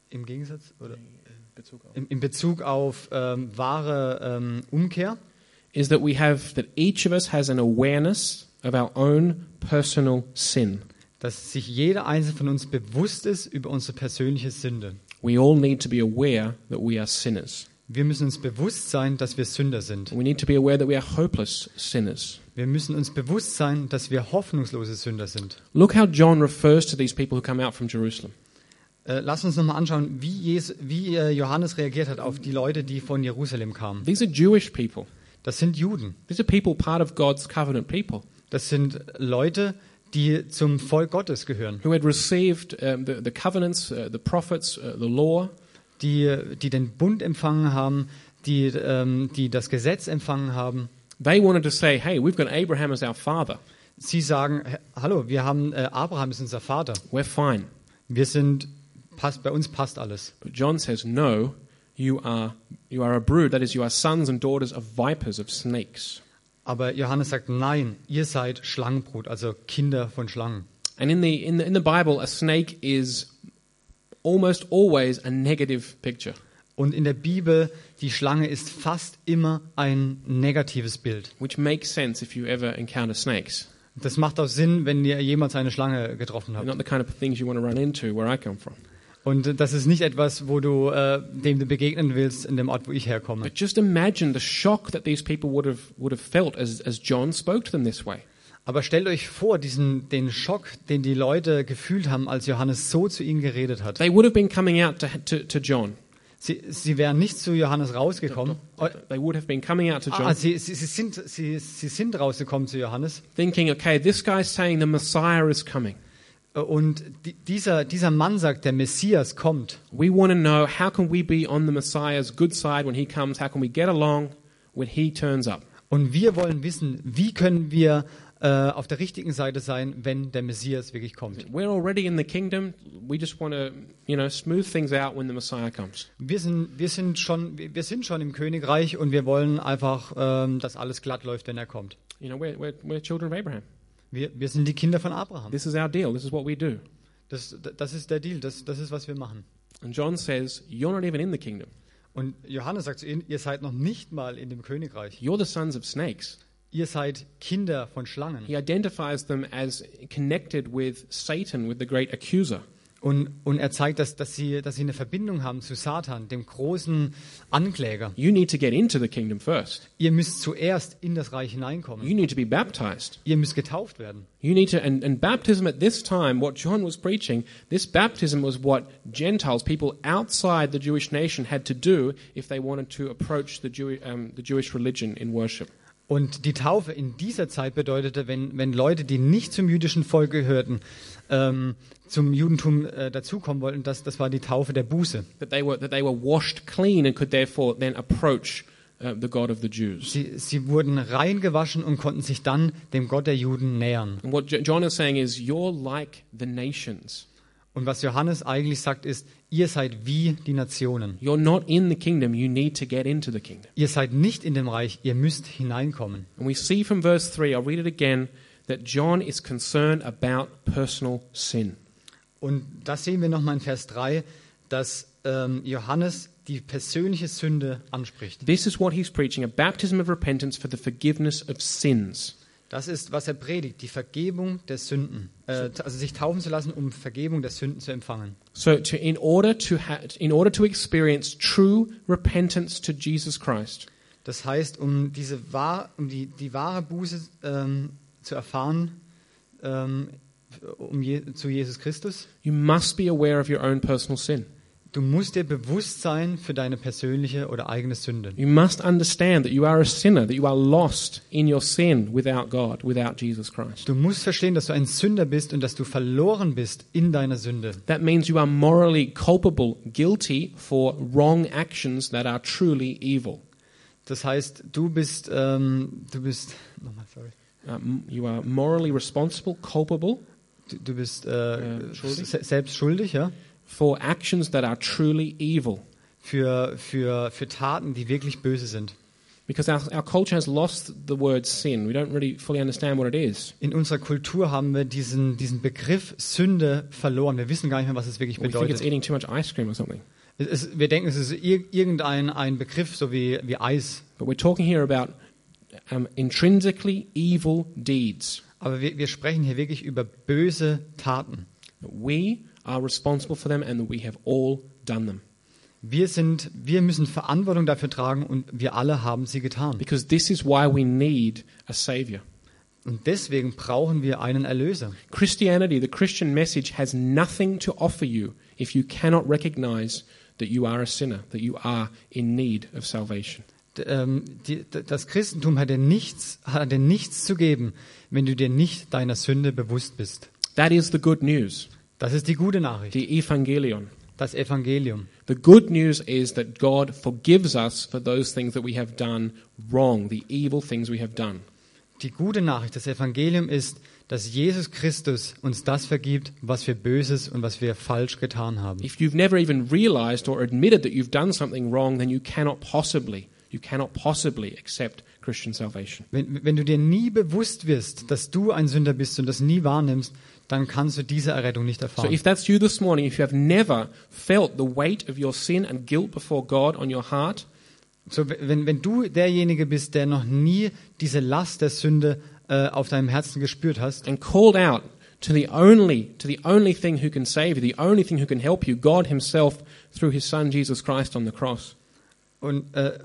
[SPEAKER 1] im Gegensatz oder in, in Bezug auf ähm, wahre ähm, Umkehr,
[SPEAKER 2] is that we have, that each of us has an awareness of our own personal sin.
[SPEAKER 1] dass sich jeder einzelne von uns bewusst ist über unsere persönliche Sünde.
[SPEAKER 2] We all need to be aware that we are sinners.
[SPEAKER 1] Wir müssen uns bewusst sein, dass wir Sünder sind.
[SPEAKER 2] We need to be aware that we are hopeless sinners.
[SPEAKER 1] Wir müssen uns bewusst sein, dass wir hoffnungslose Sünder sind.
[SPEAKER 2] Look how John refers to these people who come out from Jerusalem.
[SPEAKER 1] Äh, lass uns nochmal anschauen, wie, Jesu, wie äh, Johannes reagiert hat auf die Leute, die von Jerusalem kamen.
[SPEAKER 2] These are Jewish people.
[SPEAKER 1] Das sind Juden.
[SPEAKER 2] These are people part of God's covenant people
[SPEAKER 1] Das sind Leute, die zum Volk Gottes gehören.
[SPEAKER 2] who had received um, the, the covenants, uh, the prophets, uh, the law,
[SPEAKER 1] die, die den Bund empfangen haben, die, ähm, die das Gesetz empfangen haben.
[SPEAKER 2] They wanted to say, hey, we've got Abraham as our father.
[SPEAKER 1] Sie sagen, "H- hallo, wir haben, äh, Abraham ist unser Vater.
[SPEAKER 2] We're fine.
[SPEAKER 1] Wir sind, passt, bei uns passt alles.
[SPEAKER 2] But John says, no, you are, you are a brood. That is, you are sons and daughters of vipers, of snakes.
[SPEAKER 1] Aber Johannes sagt, nein, ihr seid Schlangenbrut, also Kinder von Schlangen.
[SPEAKER 2] And in the, in the, in the Bible, a snake is almost always a negative picture.
[SPEAKER 1] Und in der Bibel, die Schlange ist fast immer ein negatives Bild.
[SPEAKER 2] which makes sense if you ever encounter snakes.
[SPEAKER 1] Das macht auch Sinn, wenn ihr jemals eine Schlange getroffen
[SPEAKER 2] They're
[SPEAKER 1] habt.
[SPEAKER 2] not the kind of things you want to run into where I come from.
[SPEAKER 1] Und äh, das ist nicht etwas, wo du äh, dem du begegnen willst in dem Ort, wo ich herkomme.
[SPEAKER 2] But just imagine the shock that these people would have would have felt as as John spoke to them this way.
[SPEAKER 1] Aber stellt euch vor, diesen, den Schock, den die Leute gefühlt haben, als Johannes so zu ihnen geredet hat.
[SPEAKER 2] They would have been coming out to to, to John.
[SPEAKER 1] Sie, sie wären nicht zu Johannes rausgekommen. Oh,
[SPEAKER 2] They would have been coming out to John,
[SPEAKER 1] ah, sie, sie, sie, sind, sie, sie sind rausgekommen zu Johannes.
[SPEAKER 2] thinking, okay, this guy's saying the Messiah is coming.
[SPEAKER 1] Äh, Und di- dieser, dieser Mann sagt, der Messias kommt.
[SPEAKER 2] We want to know how can we be on the Messiah's good side when he comes? How can we get along when he turns up?
[SPEAKER 1] Und wir wollen wissen, wie können wir äh, auf der richtigen Seite sein, wenn der Messias wirklich kommt.
[SPEAKER 2] We're already in the kingdom. We just want to, you know, smooth things out when the Messiah comes.
[SPEAKER 1] Wir sind, wir sind, schon, wir wir sind schon im Königreich und wir wollen einfach, ähm, dass alles glatt läuft, wenn er kommt.
[SPEAKER 2] You know, we're, we're, we're children of Abraham.
[SPEAKER 1] Wir, wir sind die Kinder von Abraham.
[SPEAKER 2] This is our deal. This is what we do.
[SPEAKER 1] Das, das ist der Deal, das, das ist, was wir machen.
[SPEAKER 2] And John says, You're not even in the kingdom.
[SPEAKER 1] Und Johannes sagt zu ihnen, ihr seid noch nicht mal in dem Königreich.
[SPEAKER 2] You're the sons of snakes.
[SPEAKER 1] Ihr seid Kinder von Schlangen.
[SPEAKER 2] He identifies them as connected with Satan, with the great accuser.
[SPEAKER 1] Und, und er zeigt, dass, dass, sie, dass sie eine Verbindung haben zu Satan, dem großen Ankläger.
[SPEAKER 2] You need to get into the kingdom first.
[SPEAKER 1] Ihr müsst zuerst in das Reich hineinkommen.
[SPEAKER 2] You need to be baptized.
[SPEAKER 1] Ihr müsst getauft werden.
[SPEAKER 2] You need to, and, and baptism at this time, what John was preaching, this baptism was what Gentiles, people outside the Jewish nation, had to do if they wanted to approach the, Jew, um, the Jewish religion in worship.
[SPEAKER 1] Und die Taufe in dieser Zeit bedeutete, wenn, wenn Leute, die nicht zum jüdischen Volk gehörten, ähm, zum Judentum äh, dazukommen wollten, das, das war die Taufe der Buße.
[SPEAKER 2] That they were, that they were washed clean and could therefore then approach uh, the God of the Jews.
[SPEAKER 1] Sie, sie wurden rein gewaschen und konnten sich dann dem Gott der Juden nähern.
[SPEAKER 2] And what Jo- John is saying is, you're like the nations.
[SPEAKER 1] Und was Johannes eigentlich sagt, ist, ihr seid wie die Nationen.
[SPEAKER 2] You're not in the kingdom. You need to get into the kingdom.
[SPEAKER 1] Ihr seid nicht in dem Reich, ihr müsst hineinkommen.
[SPEAKER 2] And we see from verse 3, I'll read it again, that John is concerned about personal sin.
[SPEAKER 1] Und das sehen wir nochmal in Vers 3, dass ähm, Johannes die persönliche Sünde anspricht.
[SPEAKER 2] This is what he's preaching a baptism of repentance for the forgiveness of sins.
[SPEAKER 1] Das ist, was er predigt, die Vergebung der Sünden. Äh, also sich taufen zu lassen, um Vergebung der Sünden zu empfangen.
[SPEAKER 2] So, to, in, order to ha- in order to experience true repentance to Jesus Christ,
[SPEAKER 1] Das heißt, um, diese wahr, um die, die wahre Buße ähm, zu erfahren, ähm, um Je zu Jesus Christus,
[SPEAKER 2] you must be aware of your own personal sin.
[SPEAKER 1] du musst dir bewusst sein für deine persönliche oder eigene Sünde.
[SPEAKER 2] You must understand that you are a sinner, that you are lost in your sin without God, without Jesus Christ.
[SPEAKER 1] Du musst verstehen, dass du ein Sünder bist und dass du verloren bist in deiner Sünde.
[SPEAKER 2] That means you are morally culpable, guilty for wrong actions that are truly evil.
[SPEAKER 1] Das heißt, du bist, ähm, du bist, nochmal, sorry,
[SPEAKER 2] Uh, m- you are morally responsible, culpable
[SPEAKER 1] du, du bist äh,
[SPEAKER 2] Äh, schuldig?
[SPEAKER 1] se- selbst schuldig, ja,
[SPEAKER 2] for actions that are truly evil.
[SPEAKER 1] für, für, für Taten, die wirklich böse sind.
[SPEAKER 2] Because our, our culture has lost the word sin. We don't really fully understand what it is.
[SPEAKER 1] In unserer Kultur haben wir diesen, diesen Begriff Sünde verloren. Wir wissen gar nicht mehr, was es wirklich
[SPEAKER 2] We think it's
[SPEAKER 1] bedeutet.
[SPEAKER 2] eating too much ice cream or something.
[SPEAKER 1] Es ist, wir denken, es ist ir irgendein ein Begriff, so wie, wie Eis.
[SPEAKER 2] But we're talking here about um, intrinsically evil deeds.
[SPEAKER 1] Aber wir, wir sprechen hier wirklich über böse Taten.
[SPEAKER 2] that we are responsible for them and that we have all done them.
[SPEAKER 1] Wir, sind, wir müssen Verantwortung dafür tragen und wir alle haben sie getan.
[SPEAKER 2] Because this is why we need a Savior.
[SPEAKER 1] Und deswegen brauchen wir einen Erlöser.
[SPEAKER 2] Christianity, the Christian message, has nothing to offer you if you cannot recognize that you are a sinner, that you are in need of salvation.
[SPEAKER 1] D- ähm, die, d- das Christentum hat dir, nichts, hat dir nichts zu geben, wenn du dir nicht deiner Sünde bewusst bist.
[SPEAKER 2] That is the good news,
[SPEAKER 1] Das ist die gute Nachricht,
[SPEAKER 2] the Evangelion.
[SPEAKER 1] das Evangelium.
[SPEAKER 2] The good news is that God forgives us for those things that we have done wrong, the evil things we have done.
[SPEAKER 1] Die gute Nachricht, das Evangelium ist, dass Jesus Christus uns das vergibt, was wir Böses und was wir falsch getan haben.
[SPEAKER 2] If you've never even realized or admitted that you've done something wrong, then you cannot possibly, you cannot possibly accept Christian salvation.
[SPEAKER 1] Wenn, wenn du dir nie bewusst wirst, dass du ein Sünder bist und das nie wahrnimmst, dann kannst du diese Errettung nicht
[SPEAKER 2] So
[SPEAKER 1] erfahren.
[SPEAKER 2] if that's you this morning, if you have never felt the weight of your sin and guilt before God on your heart,
[SPEAKER 1] So, wenn, wenn du derjenige bist, der noch nie diese Last der Sünde äh, auf deinem Herzen gespürt hast
[SPEAKER 2] and called out to the only, to the only thing who can save you, the only thing who can help you, God himself through his son Jesus Christ on the cross,
[SPEAKER 1] und äh,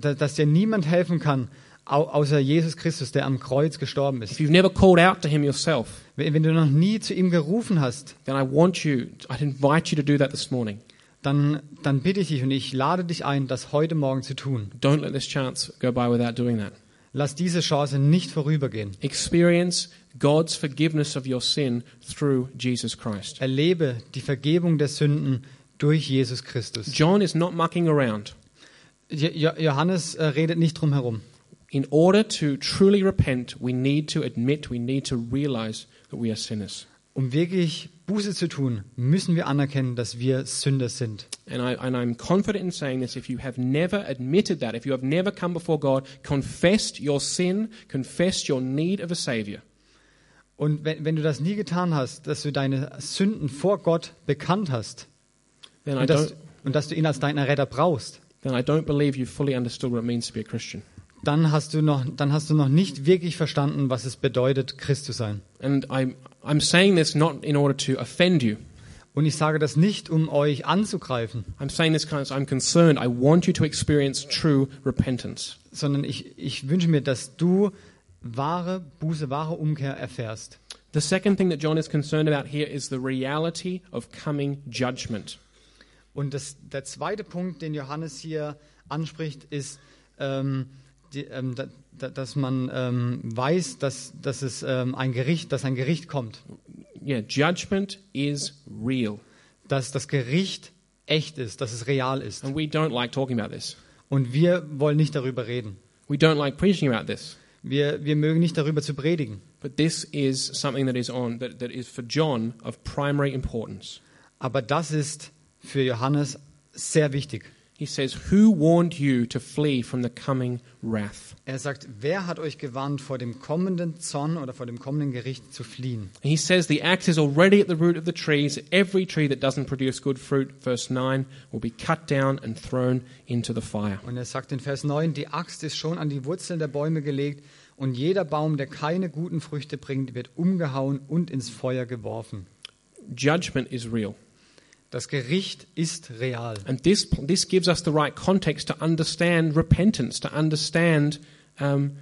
[SPEAKER 1] d- dass dir niemand helfen kann, au- außer Jesus Christus, der am Kreuz gestorben
[SPEAKER 2] if
[SPEAKER 1] ist.
[SPEAKER 2] you've never called out to him yourself,
[SPEAKER 1] Wenn, wenn du noch nie zu ihm gerufen hast,
[SPEAKER 2] then I want you, I'd invite you to do that this morning.
[SPEAKER 1] dann, dann bitte ich dich und ich lade dich ein, das heute Morgen zu tun.
[SPEAKER 2] Don't let this chance go by without doing that.
[SPEAKER 1] Lass diese Chance nicht vorübergehen.
[SPEAKER 2] Experience God's forgiveness of your sin through Jesus Christ.
[SPEAKER 1] Erlebe die Vergebung der Sünden durch Jesus Christus.
[SPEAKER 2] John is not mucking around.
[SPEAKER 1] Jo jo Johannes äh, redet nicht drum herum.
[SPEAKER 2] In order to truly repent, we need to admit, we need to realize that we are sinners.
[SPEAKER 1] Um wirklich Buße zu tun, müssen wir anerkennen, dass wir Sünder sind.
[SPEAKER 2] And, I, and I'm confident in saying this if you have never admitted that, if you have never come before God, confessed your sin, confessed your need of a Savior,
[SPEAKER 1] Und wenn, wenn du das nie getan hast, dass du deine Sünden vor Gott bekannt hast
[SPEAKER 2] then I,
[SPEAKER 1] und dass,
[SPEAKER 2] don't,
[SPEAKER 1] und dass du ihn als deinen Retter brauchst,
[SPEAKER 2] then I don't believe you fully understood what it means to be a Christian.
[SPEAKER 1] dann hast du noch, dann hast du noch nicht wirklich verstanden, was es bedeutet, Christ zu sein.
[SPEAKER 2] And I'm, I'm saying this not in order to offend you.
[SPEAKER 1] Und ich sage das nicht, um euch anzugreifen,
[SPEAKER 2] I'm saying this because I'm concerned. I want you to experience true repentance.
[SPEAKER 1] sondern ich, ich wünsche mir, dass du wahre Buße, wahre Umkehr erfährst.
[SPEAKER 2] The second thing that John is concerned about here is the reality of coming judgment.
[SPEAKER 1] Und das, der zweite Punkt, den Johannes hier anspricht, ist, ähm, die, ähm, da, da, dass man ähm, weiß, dass, dass es ähm, ein Gericht, dass ein Gericht kommt,
[SPEAKER 2] Yeah, judgment is real.
[SPEAKER 1] dass das Gericht echt ist, dass es real ist.
[SPEAKER 2] And we don't like talking about this.
[SPEAKER 1] Und wir wollen nicht darüber reden.
[SPEAKER 2] We don't like preaching about this.
[SPEAKER 1] Wir, wir mögen nicht darüber zu predigen.
[SPEAKER 2] But this is something that is on that, that is for John of primary importance.
[SPEAKER 1] Aber das ist für Johannes sehr wichtig.
[SPEAKER 2] He says, Who warned you to flee from the coming wrath?
[SPEAKER 1] Er sagt, wer hat euch gewarnt, vor dem kommenden Zorn oder vor dem kommenden Gericht zu fliehen?
[SPEAKER 2] And he says the axe is already at the root of the trees. Every tree that doesn't produce good fruit, verse 9, will be cut down and thrown into the fire.
[SPEAKER 1] Und er sagt in Vers 9, die Axt ist schon an die Wurzeln der Bäume gelegt und jeder Baum, der keine guten Früchte bringt, wird umgehauen und ins Feuer geworfen.
[SPEAKER 2] Judgment is real.
[SPEAKER 1] Das Gericht ist real.
[SPEAKER 2] And this, this gives us the right context to understand repentance, to understand um,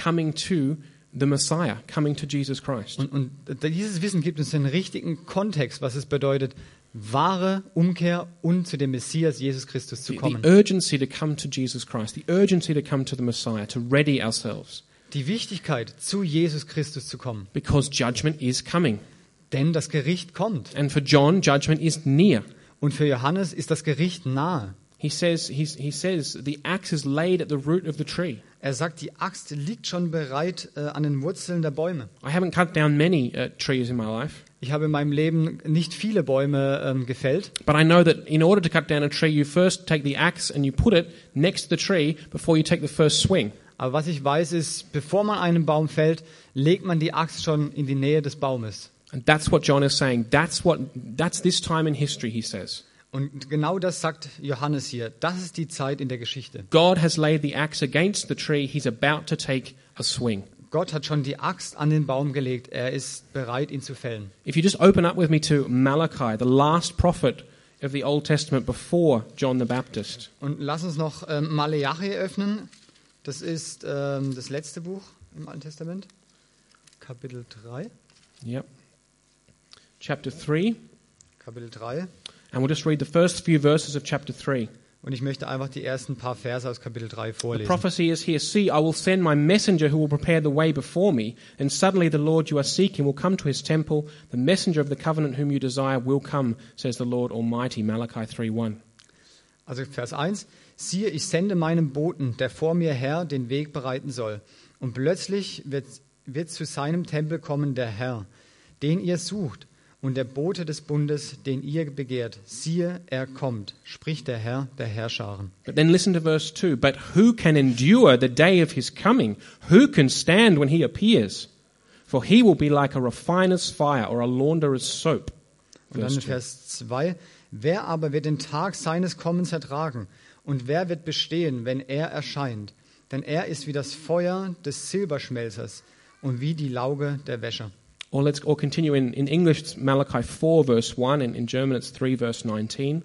[SPEAKER 2] coming to the Messiah, coming to Jesus Christ.
[SPEAKER 1] Und, und dieses Wissen gibt uns den richtigen Kontext, was es bedeutet, wahre Umkehr und zu dem Messias Jesus Christus zu
[SPEAKER 2] The, the
[SPEAKER 1] kommen.
[SPEAKER 2] urgency to come to Jesus Christ, the urgency to come to the Messiah, to ready ourselves,
[SPEAKER 1] Die Wichtigkeit, zu Jesus Christus zu kommen.
[SPEAKER 2] because judgment is coming.
[SPEAKER 1] Denn das Gericht kommt.
[SPEAKER 2] And for John, judgment is near.
[SPEAKER 1] Und für Johannes ist das Gericht nahe.
[SPEAKER 2] He says, he's, he says the axe is laid at the root of the tree.
[SPEAKER 1] Er sagt, die Axt liegt schon bereit äh, an den Wurzeln der Bäume.
[SPEAKER 2] I haven't cut down many uh, trees in my life,
[SPEAKER 1] Ich habe in meinem Leben nicht viele Bäume ähm, gefällt,
[SPEAKER 2] but I know that in order to cut down a tree, you first take the axe and you put it next to the tree before you take the first swing.
[SPEAKER 1] aber was ich weiß ist, bevor man einen Baum fällt, legt man die Axt schon in die Nähe des Baumes.
[SPEAKER 2] And that's what John is saying. That's, what, that's this time in history, he says.
[SPEAKER 1] Und genau das sagt Johannes hier. Das ist die Zeit in der Geschichte.
[SPEAKER 2] God has laid the axe against the tree. He's about to take a swing.
[SPEAKER 1] Gott hat schon die Axt an den Baum gelegt. Er ist bereit, ihn zu fällen.
[SPEAKER 2] If you just open up with me to Malachi, the last prophet of the Old Testament before John the Baptist.
[SPEAKER 1] Und lass uns noch ähm, Maleachi öffnen. Das ist ähm, das letzte Buch im Alten Testament, Kapitel 3.
[SPEAKER 2] Yep. Chapter 3.
[SPEAKER 1] Kapitel 3.
[SPEAKER 2] And we'll just read the first few verses of chapter 3.
[SPEAKER 1] Und ich möchte einfach die ersten paar Verse aus Kapitel 3
[SPEAKER 2] The
[SPEAKER 1] vorlesen.
[SPEAKER 2] prophecy is here See, I will send my messenger who will prepare the way before me, and suddenly the Lord you are seeking will come to his temple. The messenger of the covenant whom you desire will come, says the Lord Almighty. Malachi 3 1.
[SPEAKER 1] Also Vers 1. Siehe, ich sende meinen Boten, der vor mir her den Weg bereiten soll. Und plötzlich wird, wird zu seinem Tempel kommen der Herr, den ihr sucht, und der Bote des Bundes, den ihr begehrt. Siehe, er kommt, spricht der Herr der Herrscharen.
[SPEAKER 2] But then listen to verse 2 But who can endure the day of his coming? Who can stand when he appears? For he will be like a refiner's fire or a launderer's soap.
[SPEAKER 1] Und dann
[SPEAKER 2] Verse
[SPEAKER 1] in
[SPEAKER 2] 2.
[SPEAKER 1] Vers 2. Wer aber wird den Tag seines Kommens ertragen? Und wer wird bestehen, wenn er erscheint? Denn er ist wie das Feuer des Silberschmelzers und wie die Lauge der Wäscher.
[SPEAKER 2] Or let's or continue in, in English, it's Malachi 4, verse 1, and in German, it's 3, verse 19.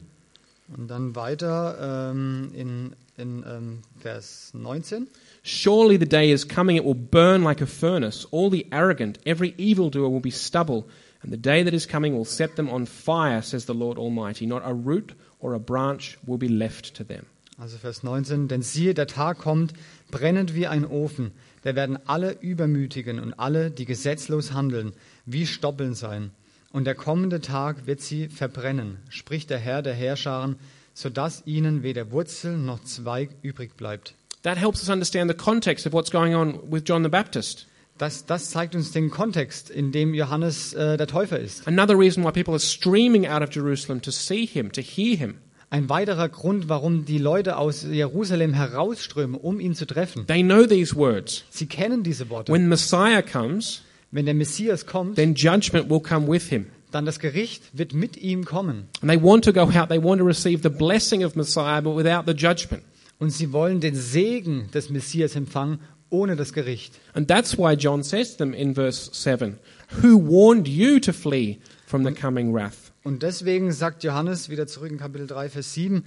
[SPEAKER 1] Und dann weiter ähm, in, in ähm, Vers 19.
[SPEAKER 2] Surely the day is coming, it will burn like a furnace. All the arrogant, every evildoer will be stubble, and the day that is coming will set them on fire, says the Lord Almighty. Not a root or a branch will be left to them.
[SPEAKER 1] Also Vers 19. Denn siehe, der Tag kommt, brennend wie ein Ofen. Da werden alle Übermütigen und alle, die gesetzlos handeln, wie Stoppeln sein. Und der kommende Tag wird sie verbrennen, spricht der Herr der Herrscharen, sodass ihnen weder Wurzel noch Zweig übrig bleibt.
[SPEAKER 2] That helps us understand the context of what's going on with John the Baptist.
[SPEAKER 1] Das, das zeigt uns den Kontext, in dem Johannes äh, der Täufer ist.
[SPEAKER 2] Another reason why people are streaming out of Jerusalem to see him, to hear him.
[SPEAKER 1] Ein weiterer Grund, warum die Leute aus Jerusalem herausströmen, um ihn zu treffen.
[SPEAKER 2] They know these words.
[SPEAKER 1] Sie kennen diese Worte.
[SPEAKER 2] When Messiah comes,
[SPEAKER 1] Wenn der Messias kommt,
[SPEAKER 2] then judgment will come with him.
[SPEAKER 1] dann das Gericht wird mit ihm kommen.
[SPEAKER 2] And they want to go out, they want to receive the blessing of Messiah, but without the judgment.
[SPEAKER 1] Und sie wollen den Segen des Messias empfangen, ohne das Gericht.
[SPEAKER 2] And that's why John says to them in verse 7 Who warned you to flee from the coming wrath?
[SPEAKER 1] Und deswegen sagt Johannes wieder zurück in Kapitel 3, Vers 7,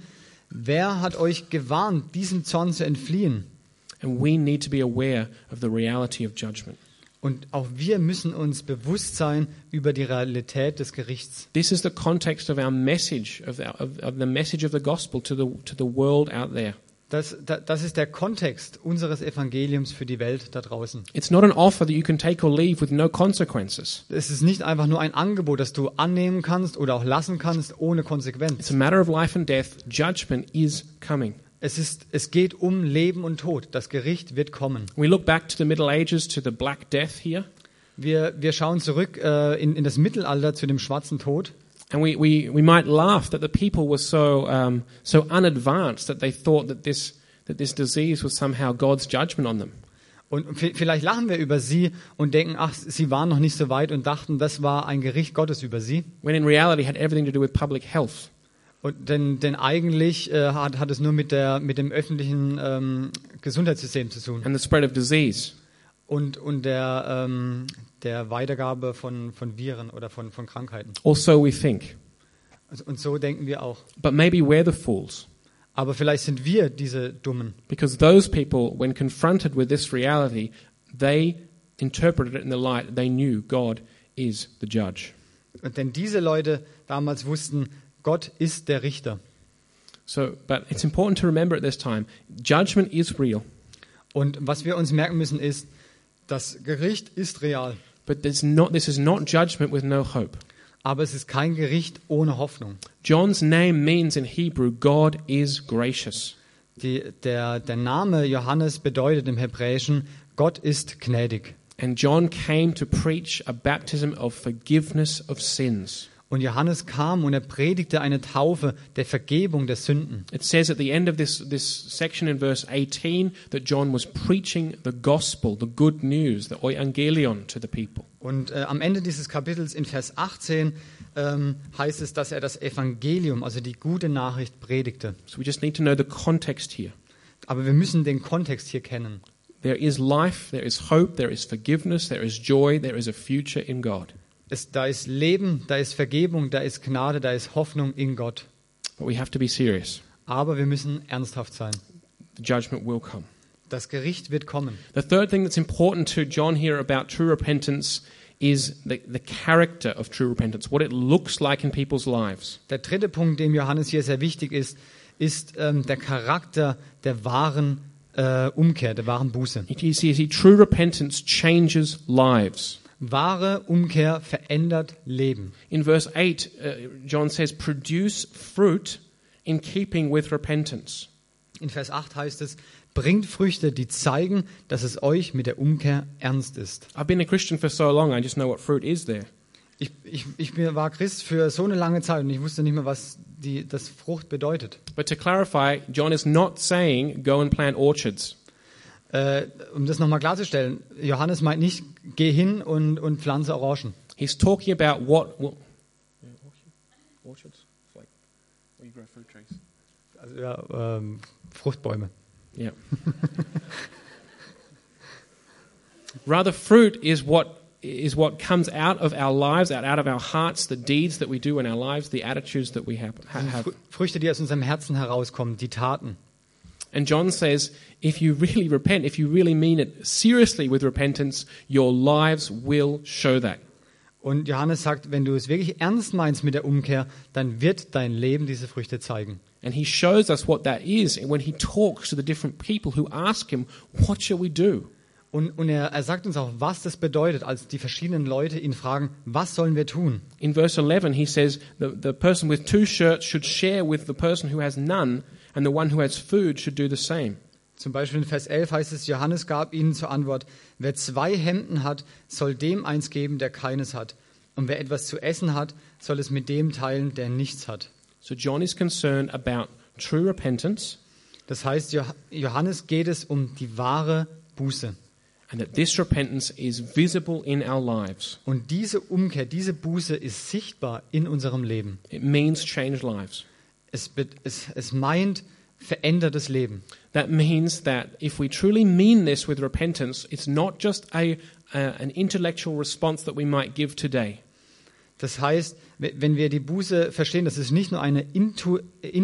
[SPEAKER 1] wer hat euch gewarnt, diesem Zorn zu entfliehen?
[SPEAKER 2] And we need to be aware of the reality of judgment.
[SPEAKER 1] Und auch wir müssen uns bewusst sein über die Realität des Gerichts.
[SPEAKER 2] This is the context of our message, of, our, of, of the message of the gospel to the, to the world out there.
[SPEAKER 1] Das, da- das ist der Kontext unseres Evangeliums für die Welt da draußen.
[SPEAKER 2] It's not an offer that you can take or leave with no consequences.
[SPEAKER 1] Es ist nicht einfach nur ein Angebot, das du annehmen kannst oder auch lassen kannst, ohne
[SPEAKER 2] It's
[SPEAKER 1] Konsequenz.
[SPEAKER 2] a matter of life and death. Judgment is coming.
[SPEAKER 1] Es, ist, es geht um Leben und Tod. Das Gericht wird kommen.
[SPEAKER 2] We look back to the Middle Ages, to the Black Death here,
[SPEAKER 1] Wir, wir schauen zurück äh, in, in das Mittelalter zu dem schwarzen Tod.
[SPEAKER 2] and we, we, we might laugh that the people were so, um, so unadvanced that they thought that this, that this disease was somehow God's judgment on them.
[SPEAKER 1] Und vi- vielleicht lachen wir über sie und denken, ach, sie waren noch nicht so weit und dachten, das war ein Gericht Gottes über sie.
[SPEAKER 2] when in reality it had everything to do with public health.
[SPEAKER 1] Und denn, denn eigentlich äh, hat, hat es nur mit, der, mit dem öffentlichen ähm, Gesundheitssystem zu tun
[SPEAKER 2] and the spread of disease.
[SPEAKER 1] und, und der, ähm, der Weitergabe von, von Viren oder von, von Krankheiten.
[SPEAKER 2] Or so we think.
[SPEAKER 1] Also- Und so denken wir auch.
[SPEAKER 2] But maybe we're the fools,
[SPEAKER 1] Aber vielleicht sind wir diese Dummen,
[SPEAKER 2] because those people, when confronted with this reality, they interpreted it in the light that they knew God is the judge.
[SPEAKER 1] Und denn diese Leute damals wussten, Gott ist der Richter.
[SPEAKER 2] So, but it's important to remember at this time, judgment is real,
[SPEAKER 1] Und was wir uns merken müssen ist, das Gericht ist real,
[SPEAKER 2] but there's not, this is not judgment with no hope.
[SPEAKER 1] aber es ist kein Gericht ohne Hoffnung.
[SPEAKER 2] John's name means in Hebrew, God is gracious.
[SPEAKER 1] Die, der, der Name Johannes bedeutet im Hebräischen, Gott ist gnädig.
[SPEAKER 2] And John came to preach a baptism of forgiveness of sins.
[SPEAKER 1] Und Johannes kam und er predigte eine Taufe der Vergebung der Sünden.
[SPEAKER 2] It says at the end of this, this section in verse 18 that John was preaching the gospel, the good news, the euangelion to the people.
[SPEAKER 1] Und äh, am Ende dieses Kapitels in Vers 18 ähm, heißt es, dass er das Evangelium, also die gute Nachricht, predigte.
[SPEAKER 2] So we just need to know the context here.
[SPEAKER 1] Aber wir müssen den Kontext hier kennen.
[SPEAKER 2] There is life, there is hope, there is forgiveness, there is joy, there is a future in God.
[SPEAKER 1] Es, da ist Leben, da ist Vergebung, da ist Gnade, da ist Hoffnung in Gott.
[SPEAKER 2] But we have to be serious.
[SPEAKER 1] Aber wir müssen ernsthaft sein.
[SPEAKER 2] The judgment will come.
[SPEAKER 1] Das Gericht wird kommen.
[SPEAKER 2] The third thing that's important to John here about true repentance is the, the character of true repentance, what it looks like in people's lives.
[SPEAKER 1] Der dritte Punkt, dem Johannes hier sehr wichtig ist, ist ähm, der Charakter der wahren äh, Umkehr, der wahren Buße.
[SPEAKER 2] You see, you see, true repentance changes lives.
[SPEAKER 1] Wahre Umkehr verändert Leben.
[SPEAKER 2] In verse 8, uh, John says, produce fruit in keeping with repentance.
[SPEAKER 1] In Vers 8 heißt es, bringt Früchte, die zeigen, dass es euch mit der Umkehr ernst ist.
[SPEAKER 2] I've been a Christian for so long, I just know what fruit is there.
[SPEAKER 1] Ich, ich, ich bin- war Christ für so eine lange Zeit und ich wusste nicht mehr, was die, das Frucht bedeutet.
[SPEAKER 2] But to clarify, John is not saying go and plant orchards.
[SPEAKER 1] Äh, um das nochmal klarzustellen, Johannes meint nicht, geh hin und, und pflanze Orangen.
[SPEAKER 2] He's talking about what. what orchards? Like where you grow fruit trees.
[SPEAKER 1] Also, ja, ähm, Fruchtbäume.
[SPEAKER 2] Yeah. Rather, fruit is what is what comes out of our lives, out, out of our hearts, the deeds that we do in our lives, the attitudes that we have. ha- have.
[SPEAKER 1] Frü Früchte, die aus unserem Herzen herauskommen, die Taten.
[SPEAKER 2] And John says, if you really repent, if you really mean it seriously with repentance, your lives will show that.
[SPEAKER 1] Und Johannes sagt, wenn du es wirklich ernst meinst mit der Umkehr, dann wird dein Leben diese Früchte zeigen.
[SPEAKER 2] And he shows us what that is when he talks to the different people who ask him, What shall we do?
[SPEAKER 1] Und, und er, er sagt uns auch, was das bedeutet, als die verschiedenen Leute ihn fragen, was sollen wir tun?
[SPEAKER 2] In verse 11, he says, The, the person with two shirts should share with the person who has none, and the one who has food should do the same.
[SPEAKER 1] Zum Beispiel in Vers 11 heißt es, Johannes gab ihnen zur Antwort, wer zwei Hemden hat, soll dem eins geben, der keines hat. Und wer etwas zu essen hat, soll es mit dem teilen, der nichts hat.
[SPEAKER 2] So John is concerned about true repentance,
[SPEAKER 1] Das heißt, Joh- Johannes geht es um die wahre Buße.
[SPEAKER 2] and that this repentance is visible in our lives.
[SPEAKER 1] Und diese Umkehr, diese Buße ist sichtbar in unserem Leben.
[SPEAKER 2] It means changed lives.
[SPEAKER 1] Es, be- es, es meint verändertes Leben.
[SPEAKER 2] That means that if we truly mean this with repentance, it's not just a, a, an intellectual response that we might give today.
[SPEAKER 1] Das heißt, we- wenn wir die Buße verstehen, das ist nicht nur eine intu-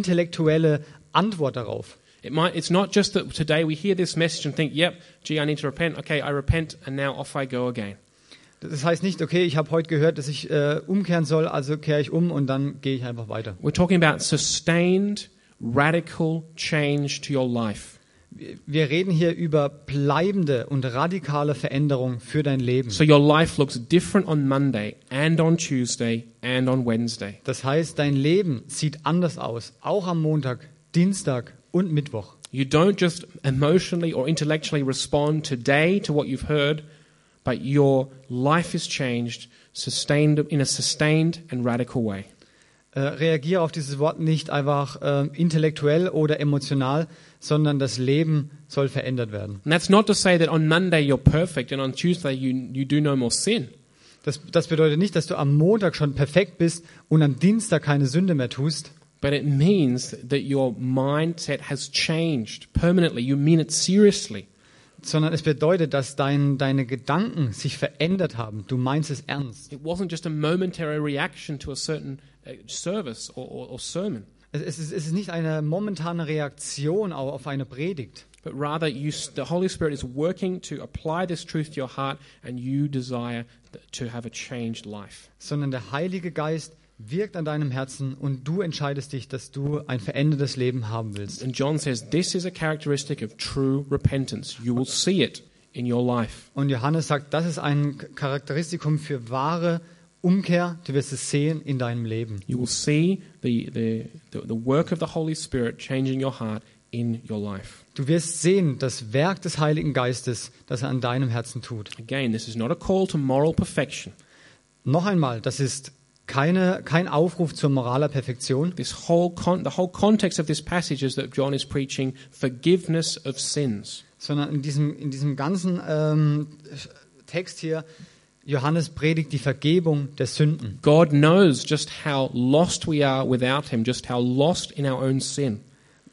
[SPEAKER 1] intellektuelle Antwort darauf.
[SPEAKER 2] It might, it's not just that today we hear this message and think, yep, gee, I need to repent. Okay, I repent, and now off I go again.
[SPEAKER 1] Das heißt nicht, okay, ich habe heute gehört, dass ich äh, umkehren soll, also kehre ich um und dann gehe ich einfach weiter.
[SPEAKER 2] We're talking about sustained, radical change to your life.
[SPEAKER 1] Wir- Wir reden hier über bleibende und radikale Veränderung für dein Leben.
[SPEAKER 2] So your life looks different on Monday and on Tuesday and on Wednesday.
[SPEAKER 1] Das heißt, dein Leben sieht anders aus, auch am Montag, Dienstag und Mittwoch.
[SPEAKER 2] You don't just emotionally or intellectually respond today to what you've heard, but your life is changed sustained, in a sustained and radical way.
[SPEAKER 1] Äh, reagiere auf dieses Wort nicht einfach äh, intellektuell oder emotional, sondern das Leben soll verändert werden.
[SPEAKER 2] And that's not to say that on Monday you're perfect and on Tuesday you, you do no more sin.
[SPEAKER 1] Das, das bedeutet nicht, dass du am Montag schon perfekt bist und am Dienstag keine Sünde mehr tust,
[SPEAKER 2] But it means that your mindset has changed permanently. You mean it seriously.
[SPEAKER 1] sondern es bedeutet, dass dein, deine Gedanken sich verändert haben. Du meinst es ernst.
[SPEAKER 2] It wasn't just a momentary reaction to a certain uh, service or, or, or sermon,
[SPEAKER 1] Es, es, ist, es ist nicht eine momentane Reaktion au- auf eine Predigt,
[SPEAKER 2] but rather you, s- the Holy Spirit is working to apply this truth to your heart and you desire th- to have a changed life.
[SPEAKER 1] sondern der Heilige Geist wirkt an deinem Herzen und du entscheidest dich, dass du ein verändertes Leben haben willst.
[SPEAKER 2] And John says this is a characteristic of true repentance. You will see it in your life.
[SPEAKER 1] Und Johannes sagt, das ist ein Charakteristikum für wahre Umkehr. Du wirst es sehen in deinem Leben.
[SPEAKER 2] You will see the, the, the, the work of the Holy Spirit changing your heart in your life.
[SPEAKER 1] Du wirst sehen, das Werk des Heiligen Geistes, das er an deinem Herzen tut.
[SPEAKER 2] Again, this is not a call to moral perfection.
[SPEAKER 1] Noch einmal, das ist keine, kein Aufruf zur moraler Perfektion,
[SPEAKER 2] This whole con- the whole context of this passage is that John is preaching forgiveness of sins.
[SPEAKER 1] sondern in diesem, in diesem ganzen ähm, Text hier, Johannes predigt die Vergebung der Sünden.
[SPEAKER 2] God knows just how lost we are without him, just how lost in our own sin.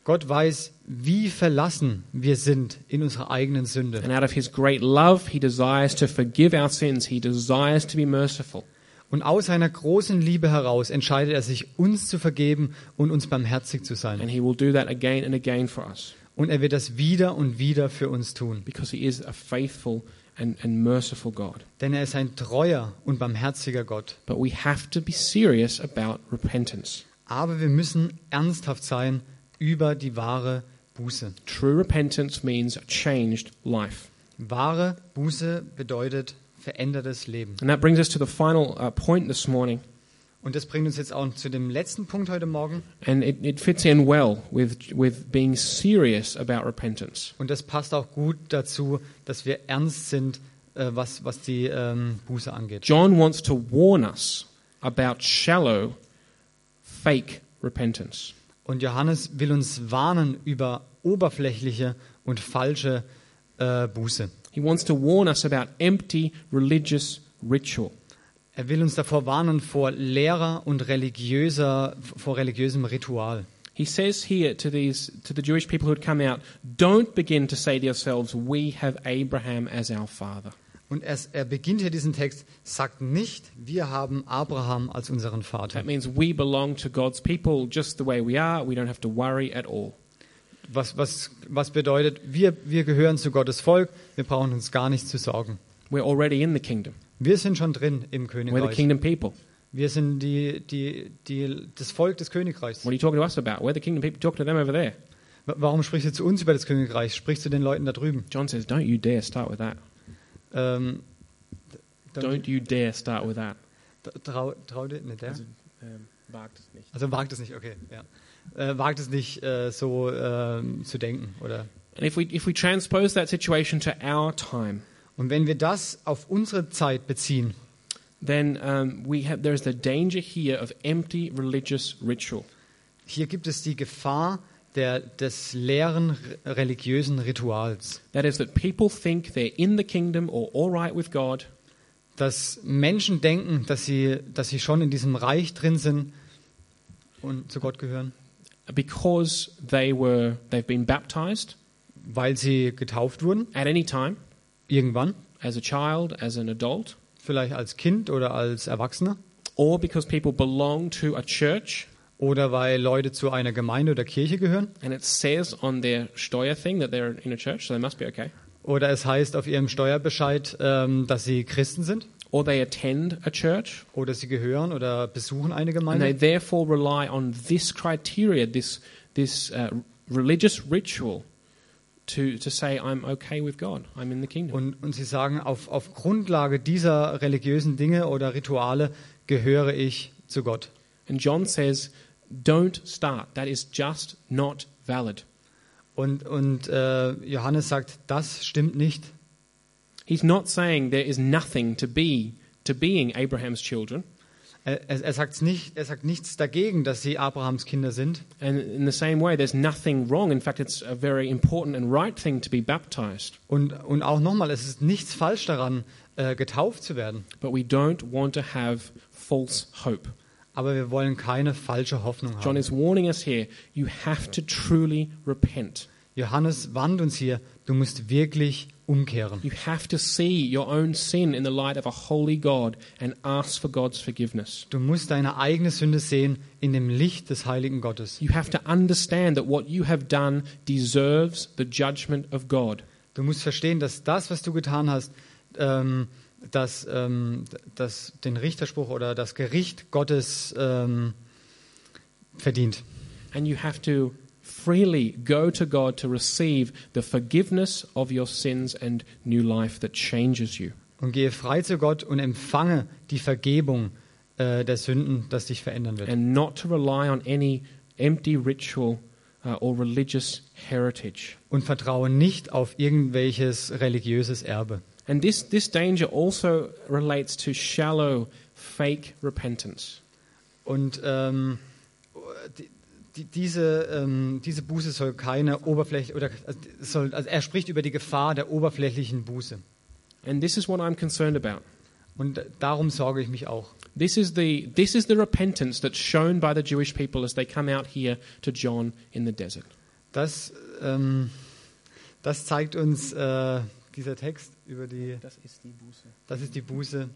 [SPEAKER 1] Gott weiß, wie verlassen wir sind in unserer eigenen Sünde.
[SPEAKER 2] And out of his great love, he desires to forgive our sins. He desires to be merciful.
[SPEAKER 1] Und aus seiner großen Liebe heraus entscheidet er sich, uns zu vergeben und uns barmherzig zu sein.
[SPEAKER 2] And he will do that again and again for us
[SPEAKER 1] Und er wird das wieder und wieder für uns tun.
[SPEAKER 2] because he is a faithful and, and merciful God.
[SPEAKER 1] Denn er ist ein treuer und barmherziger Gott.
[SPEAKER 2] But we have to be serious about repentance.
[SPEAKER 1] Aber wir müssen ernsthaft sein über die wahre Buße.
[SPEAKER 2] True repentance means a changed life.
[SPEAKER 1] Wahre Buße bedeutet verändertes Leben.
[SPEAKER 2] And that brings us to the final uh, point this morning,
[SPEAKER 1] Und das bringt uns jetzt auch zu dem letzten Punkt heute Morgen.
[SPEAKER 2] and it, it fits in well with, with being serious about repentance.
[SPEAKER 1] Und das passt auch gut dazu, dass wir ernst sind, äh, was, was die ähm, Buße angeht.
[SPEAKER 2] John wants to warn us about shallow, fake repentance.
[SPEAKER 1] Und Johannes will uns warnen über oberflächliche und falsche äh, Buße.
[SPEAKER 2] He wants to warn us about empty religious ritual.
[SPEAKER 1] Er will uns davor warnen vor leerer und religiöser, vor religiösem Ritual.
[SPEAKER 2] He says here to, these, to the Jewish people who had come out, don't begin to say to yourselves, we have Abraham as our father.
[SPEAKER 1] Und er, er beginnt hier diesen Text, sagt nicht, wir haben Abraham als unseren Vater.
[SPEAKER 2] That means we belong to God's people just the way we are. We don't have to worry at all.
[SPEAKER 1] Was, was, was bedeutet, wir, wir gehören zu Gottes Volk, wir brauchen uns gar nicht zu sorgen.
[SPEAKER 2] We're already in the kingdom.
[SPEAKER 1] Wir sind schon drin im
[SPEAKER 2] We're the
[SPEAKER 1] Königreich.
[SPEAKER 2] kingdom people.
[SPEAKER 1] Wir sind die, die, die, das Volk des Königreichs.
[SPEAKER 2] What are you talking to us about? We're the kingdom people. Talk to them over there.
[SPEAKER 1] Wa- Warum sprichst du zu uns über das Königreich? Sprichst du den Leuten da drüben?
[SPEAKER 2] John says, Don't you dare start with that.
[SPEAKER 1] Ähm, d-
[SPEAKER 2] Don't you dare start with that.
[SPEAKER 1] d- trau, trau dir, nicht, ja?
[SPEAKER 2] Also, ähm, wagt es nicht.
[SPEAKER 1] Also wagt es nicht, okay. Ja. Äh, wagt es nicht, äh, so ähm, zu denken. Oder?
[SPEAKER 2] And if we, if we transpose that situation to our time,
[SPEAKER 1] Und wenn wir das auf unsere Zeit beziehen,
[SPEAKER 2] then um, we have, there's the danger here of empty religious ritual.
[SPEAKER 1] Hier gibt es die Gefahr der, des leeren re- religiösen Rituals,
[SPEAKER 2] That is, that people think they're in the kingdom or all right with God,
[SPEAKER 1] dass Menschen denken, dass sie, dass sie schon in diesem Reich drin sind und zu Gott gehören,
[SPEAKER 2] because they were, they've been baptized
[SPEAKER 1] weil sie getauft wurden,
[SPEAKER 2] at any time,
[SPEAKER 1] irgendwann,
[SPEAKER 2] as a child, as an adult,
[SPEAKER 1] vielleicht als Kind oder als Erwachsener,
[SPEAKER 2] or because people belong to a church
[SPEAKER 1] oder weil Leute zu einer Gemeinde oder Kirche gehören
[SPEAKER 2] and it says on their Steuer thing that they're in a church, so they must be okay,
[SPEAKER 1] oder es heißt auf ihrem Steuerbescheid, ähm, dass sie Christen sind
[SPEAKER 2] or they attend a church
[SPEAKER 1] oder sie gehören oder besuchen eine
[SPEAKER 2] and they
[SPEAKER 1] Gemeinde
[SPEAKER 2] therefore rely on this criteria, this this uh, religious ritual, to to say I'm okay with God, I'm in the kingdom.
[SPEAKER 1] und, und sie sagen, auf, auf Grundlage dieser religiösen Dinge oder Rituale gehöre ich zu Gott.
[SPEAKER 2] and John says, don't start. That is just not valid.
[SPEAKER 1] Und, und äh, Johannes sagt, das stimmt nicht.
[SPEAKER 2] He's not saying there is nothing to be to being Abraham's children,
[SPEAKER 1] Er, er, er, sagt's nicht, er sagt nichts dagegen, dass sie Abrahams Kinder sind.
[SPEAKER 2] and in the same way, there's nothing wrong. In fact, it's a very important and right thing to be baptized.
[SPEAKER 1] Und, und auch nochmal, es ist nichts falsch daran, äh, getauft zu werden.
[SPEAKER 2] But we don't want to have false hope.
[SPEAKER 1] Aber wir wollen keine falsche Hoffnung haben.
[SPEAKER 2] John is warning us here: you have to truly repent.
[SPEAKER 1] Johannes warnt uns hier, du musst wirklich umkehren.
[SPEAKER 2] You have to see your own sin in the light of a holy God and ask for God's forgiveness.
[SPEAKER 1] Du musst deine eigene Sünde sehen in dem Licht des heiligen Gottes.
[SPEAKER 2] You have to understand that what you have done deserves the judgment of God.
[SPEAKER 1] Du musst verstehen, dass das, was du getan hast, ähm, dass, ähm, dass den Richterspruch oder das Gericht Gottes ähm, verdient.
[SPEAKER 2] And you have to freely go to God to receive the forgiveness of your sins and new life that changes you.
[SPEAKER 1] Und gehe frei zu Gott und empfange die Vergebung äh, der Sünden, das dich verändern wird.
[SPEAKER 2] And not to rely on any empty ritual uh, or religious heritage.
[SPEAKER 1] Und vertraue nicht auf irgendwelches religiöses Erbe.
[SPEAKER 2] And this, this danger also relates to shallow, fake repentance.
[SPEAKER 1] Und ähm, die, die, diese, ähm, diese Buße soll keine oberflächliche, oder äh, soll, also er spricht über die Gefahr der oberflächlichen Buße.
[SPEAKER 2] And this is what I'm concerned about.
[SPEAKER 1] Und darum sorge ich mich auch.
[SPEAKER 2] This is the this is the repentance that's shown by the Jewish people as they come out here to John in the desert.
[SPEAKER 1] Das, ähm, das zeigt uns äh, dieser Text über die, das ist die Buße,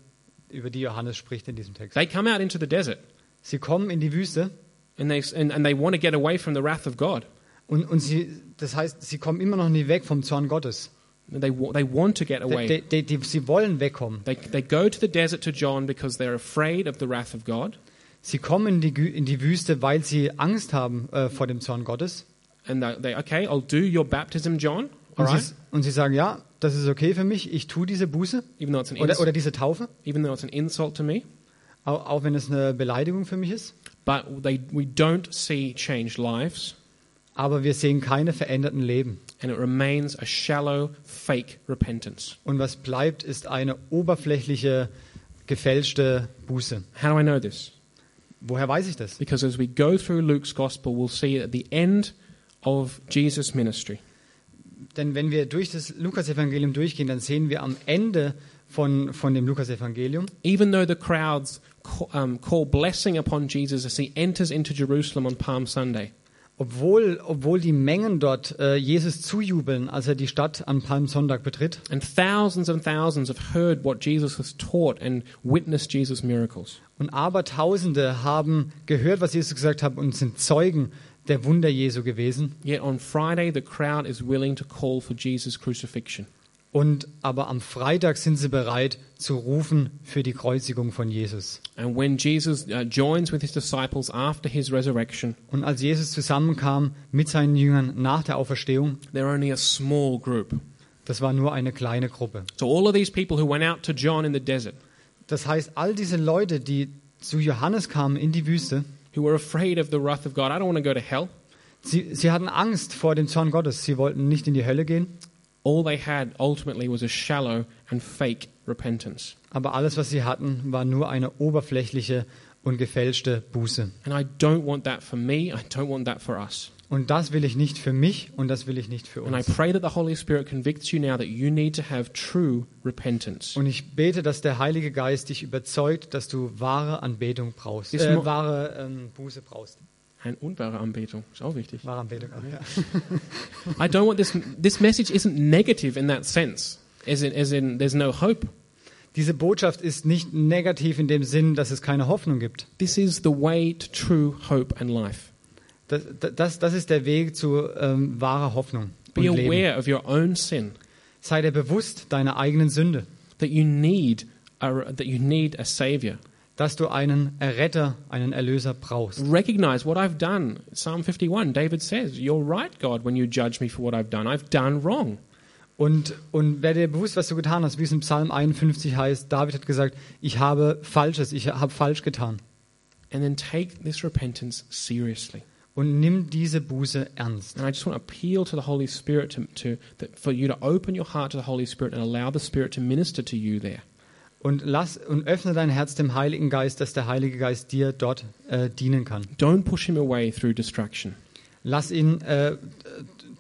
[SPEAKER 1] über die Johannes spricht in diesem Text.
[SPEAKER 2] They come out into the desert
[SPEAKER 1] Sie kommen in die Wüste
[SPEAKER 2] and they and, and they want to get away from the wrath of God.
[SPEAKER 1] und, und sie, das heißt, sie kommen immer noch nie weg vom Zorn Gottes.
[SPEAKER 2] They wa- they want to get away.
[SPEAKER 1] Die, die, die, sie wollen wegkommen.
[SPEAKER 2] they, they go to the desert to John because they're afraid of the wrath of God,
[SPEAKER 1] Sie kommen in die, Gü- in die Wüste, weil sie Angst haben äh, vor dem Zorn Gottes.
[SPEAKER 2] and they, they okay, I'll do your baptism, John. All
[SPEAKER 1] Und,
[SPEAKER 2] right,
[SPEAKER 1] sie, und sie sagen, ja, das ist okay für mich, ich tue diese Buße
[SPEAKER 2] even though it's an
[SPEAKER 1] oder,
[SPEAKER 2] ins-
[SPEAKER 1] oder diese Taufe,
[SPEAKER 2] even though it's an insult to me,
[SPEAKER 1] au- auch wenn es eine Beleidigung für mich ist.
[SPEAKER 2] but they we don't see changed lives,
[SPEAKER 1] Aber wir sehen keine veränderten Leben.
[SPEAKER 2] and it remains a shallow, fake repentance.
[SPEAKER 1] Und was bleibt, ist eine oberflächliche, gefälschte Buße.
[SPEAKER 2] How do I know this?
[SPEAKER 1] Woher weiß ich das?
[SPEAKER 2] Because as we go through Luke's gospel, we'll see at the end of Jesus' ministry,
[SPEAKER 1] Denn wenn wir durch das Lukasevangelium durchgehen, dann sehen wir am Ende von, von dem Lukasevangelium,
[SPEAKER 2] even though the crowds ca- um, call blessing upon Jesus as he enters into Jerusalem on Palm Sunday,
[SPEAKER 1] obwohl, obwohl die Mengen dort äh, Jesus zujubeln, als er die Stadt am Palmsonntag betritt,
[SPEAKER 2] and thousands and thousands have heard what Jesus has taught and witnessed Jesus' miracles.
[SPEAKER 1] Und Abertausende haben gehört, was Jesus gesagt hat und sind Zeugen der Wunder Jesu gewesen.
[SPEAKER 2] Yet on Friday, the crowd is willing to call for Jesus' crucifixion.
[SPEAKER 1] Und aber am Freitag sind sie bereit zu rufen für die Kreuzigung von Jesus.
[SPEAKER 2] And when Jesus uh, joins with his disciples after his resurrection,
[SPEAKER 1] Und als Jesus zusammenkam mit seinen Jüngern nach der Auferstehung,
[SPEAKER 2] they're only a small group.
[SPEAKER 1] das war nur eine kleine Gruppe.
[SPEAKER 2] So all of these people who went out to John in the desert,
[SPEAKER 1] Das heißt, all diese Leute, die zu Johannes kamen in die Wüste,
[SPEAKER 2] who were afraid of the wrath of God. I don't want to go to hell.
[SPEAKER 1] sie, sie hatten Angst vor dem Zorn Gottes. Sie wollten nicht in die Hölle gehen,
[SPEAKER 2] All they had ultimately was a shallow and fake repentance.
[SPEAKER 1] aber alles, was sie hatten, war nur eine oberflächliche und gefälschte Buße.
[SPEAKER 2] And I don't want that for me. I don't want that for us.
[SPEAKER 1] Und das will ich nicht für mich und das will ich nicht für
[SPEAKER 2] And I
[SPEAKER 1] uns.
[SPEAKER 2] pray that the Holy Spirit convicts you now that you need to have true repentance.
[SPEAKER 1] Und ich bete, dass der Heilige Geist dich überzeugt, dass du wahre Anbetung brauchst,
[SPEAKER 2] Ist
[SPEAKER 1] äh,
[SPEAKER 2] nur-
[SPEAKER 1] wahre ähm, Buße brauchst.
[SPEAKER 2] And unwahre Anbetung. Ist auch wichtig.
[SPEAKER 1] Wahre Anbetung. Ja.
[SPEAKER 2] I don't want this. This message isn't negative in that sense, as in, as in there's no hope.
[SPEAKER 1] Diese Botschaft ist nicht negativ in dem Sinn, dass es keine Hoffnung gibt.
[SPEAKER 2] This is the way to true hope and life.
[SPEAKER 1] Das, das, das ist der Weg zu ähm, wahrer Hoffnung und
[SPEAKER 2] Be
[SPEAKER 1] Leben.
[SPEAKER 2] aware of your own sin,
[SPEAKER 1] Sei dir bewusst deiner eigenen Sünde,
[SPEAKER 2] that you need a, that you need a savior.
[SPEAKER 1] dass du einen Erretter, einen Erlöser brauchst.
[SPEAKER 2] Recognize what I've done. Psalm 51, David says, You're right, God, when you judge me for what I've done. I've done wrong.
[SPEAKER 1] Und, und werde dir bewusst, was du getan hast, wie es im Psalm 51 heißt. David hat gesagt, ich habe Falsches, ich habe falsch getan.
[SPEAKER 2] And then take this repentance seriously.
[SPEAKER 1] Und nimm diese Buße ernst.
[SPEAKER 2] And I just want to appeal to the Holy Spirit to, to that for you to open your heart to the Holy Spirit and allow the Spirit to minister to you there.
[SPEAKER 1] Und, lass, und öffne dein Herz dem Heiligen Geist, dass der Heilige Geist dir dort äh, dienen kann.
[SPEAKER 2] Don't push him away through distraction.
[SPEAKER 1] Lass ihn, äh,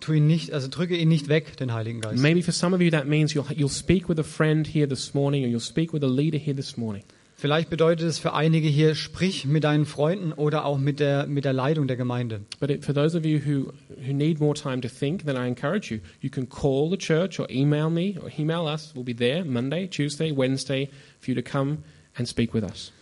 [SPEAKER 1] tu ihn nicht, also drücke ihn nicht weg, den Heiligen Geist.
[SPEAKER 2] Maybe for some of you that means you'll, you'll speak with a friend here this morning or you'll speak with a leader here this morning.
[SPEAKER 1] Vielleicht bedeutet es für einige hier, sprich mit deinen Freunden oder auch mit der, mit der Leitung der Gemeinde.
[SPEAKER 2] But it, for those of you who, who need more time to think, then I encourage you. You can call the church or email me or email us. We'll be there Monday, Tuesday, Wednesday for you to come and speak with us.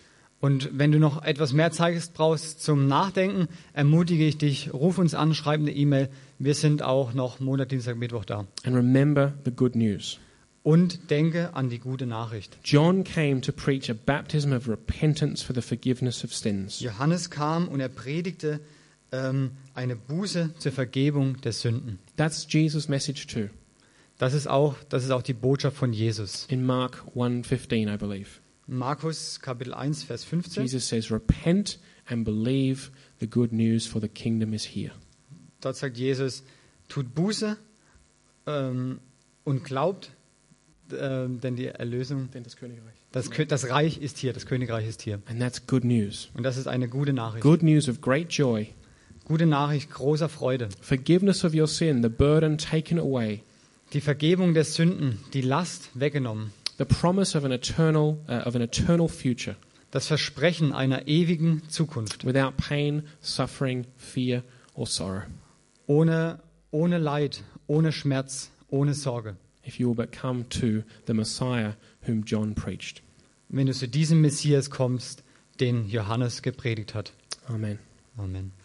[SPEAKER 1] Und wenn du noch etwas mehr Zeit brauchst zum Nachdenken, ermutige ich dich, ruf uns an, schreib eine E-Mail. Wir sind auch noch Montag, Dienstag, Mittwoch da.
[SPEAKER 2] And remember the good news.
[SPEAKER 1] Und denke an die gute Nachricht.
[SPEAKER 2] John came to preach a baptism of repentance for the forgiveness of sins.
[SPEAKER 1] Johannes kam und er predigte ähm, eine Buße zur Vergebung der Sünden.
[SPEAKER 2] That's Jesus' message too,
[SPEAKER 1] Das ist auch, das ist auch die Botschaft von Jesus.
[SPEAKER 2] in Mark 1.15, I believe.
[SPEAKER 1] Markus Kapitel 1, Vers 15.
[SPEAKER 2] Jesus says, repent and believe the good news for the kingdom is here.
[SPEAKER 1] Dort sagt Jesus, tut Buße ähm, und glaubt, ähm, denn die Erlösung, das, Kö- das Reich ist hier, das Königreich ist hier.
[SPEAKER 2] And that's good news.
[SPEAKER 1] Und das ist eine gute Nachricht.
[SPEAKER 2] Good news of great joy.
[SPEAKER 1] Gute Nachricht großer Freude.
[SPEAKER 2] Forgiveness of your sin, the burden taken away,
[SPEAKER 1] Die Vergebung der Sünden, die Last weggenommen.
[SPEAKER 2] the promise of an eternal uh, of an eternal future
[SPEAKER 1] Das Versprechen einer ewigen Zukunft.
[SPEAKER 2] without pain, suffering, fear or sorrow.
[SPEAKER 1] Ohne, ohne Leid, ohne Schmerz, ohne Sorge.
[SPEAKER 2] If you will but come to the Messiah whom John preached.
[SPEAKER 1] Wenn du zu diesem Messias kommst, den Johannes gepredigt hat.
[SPEAKER 2] Amen.
[SPEAKER 1] Amen.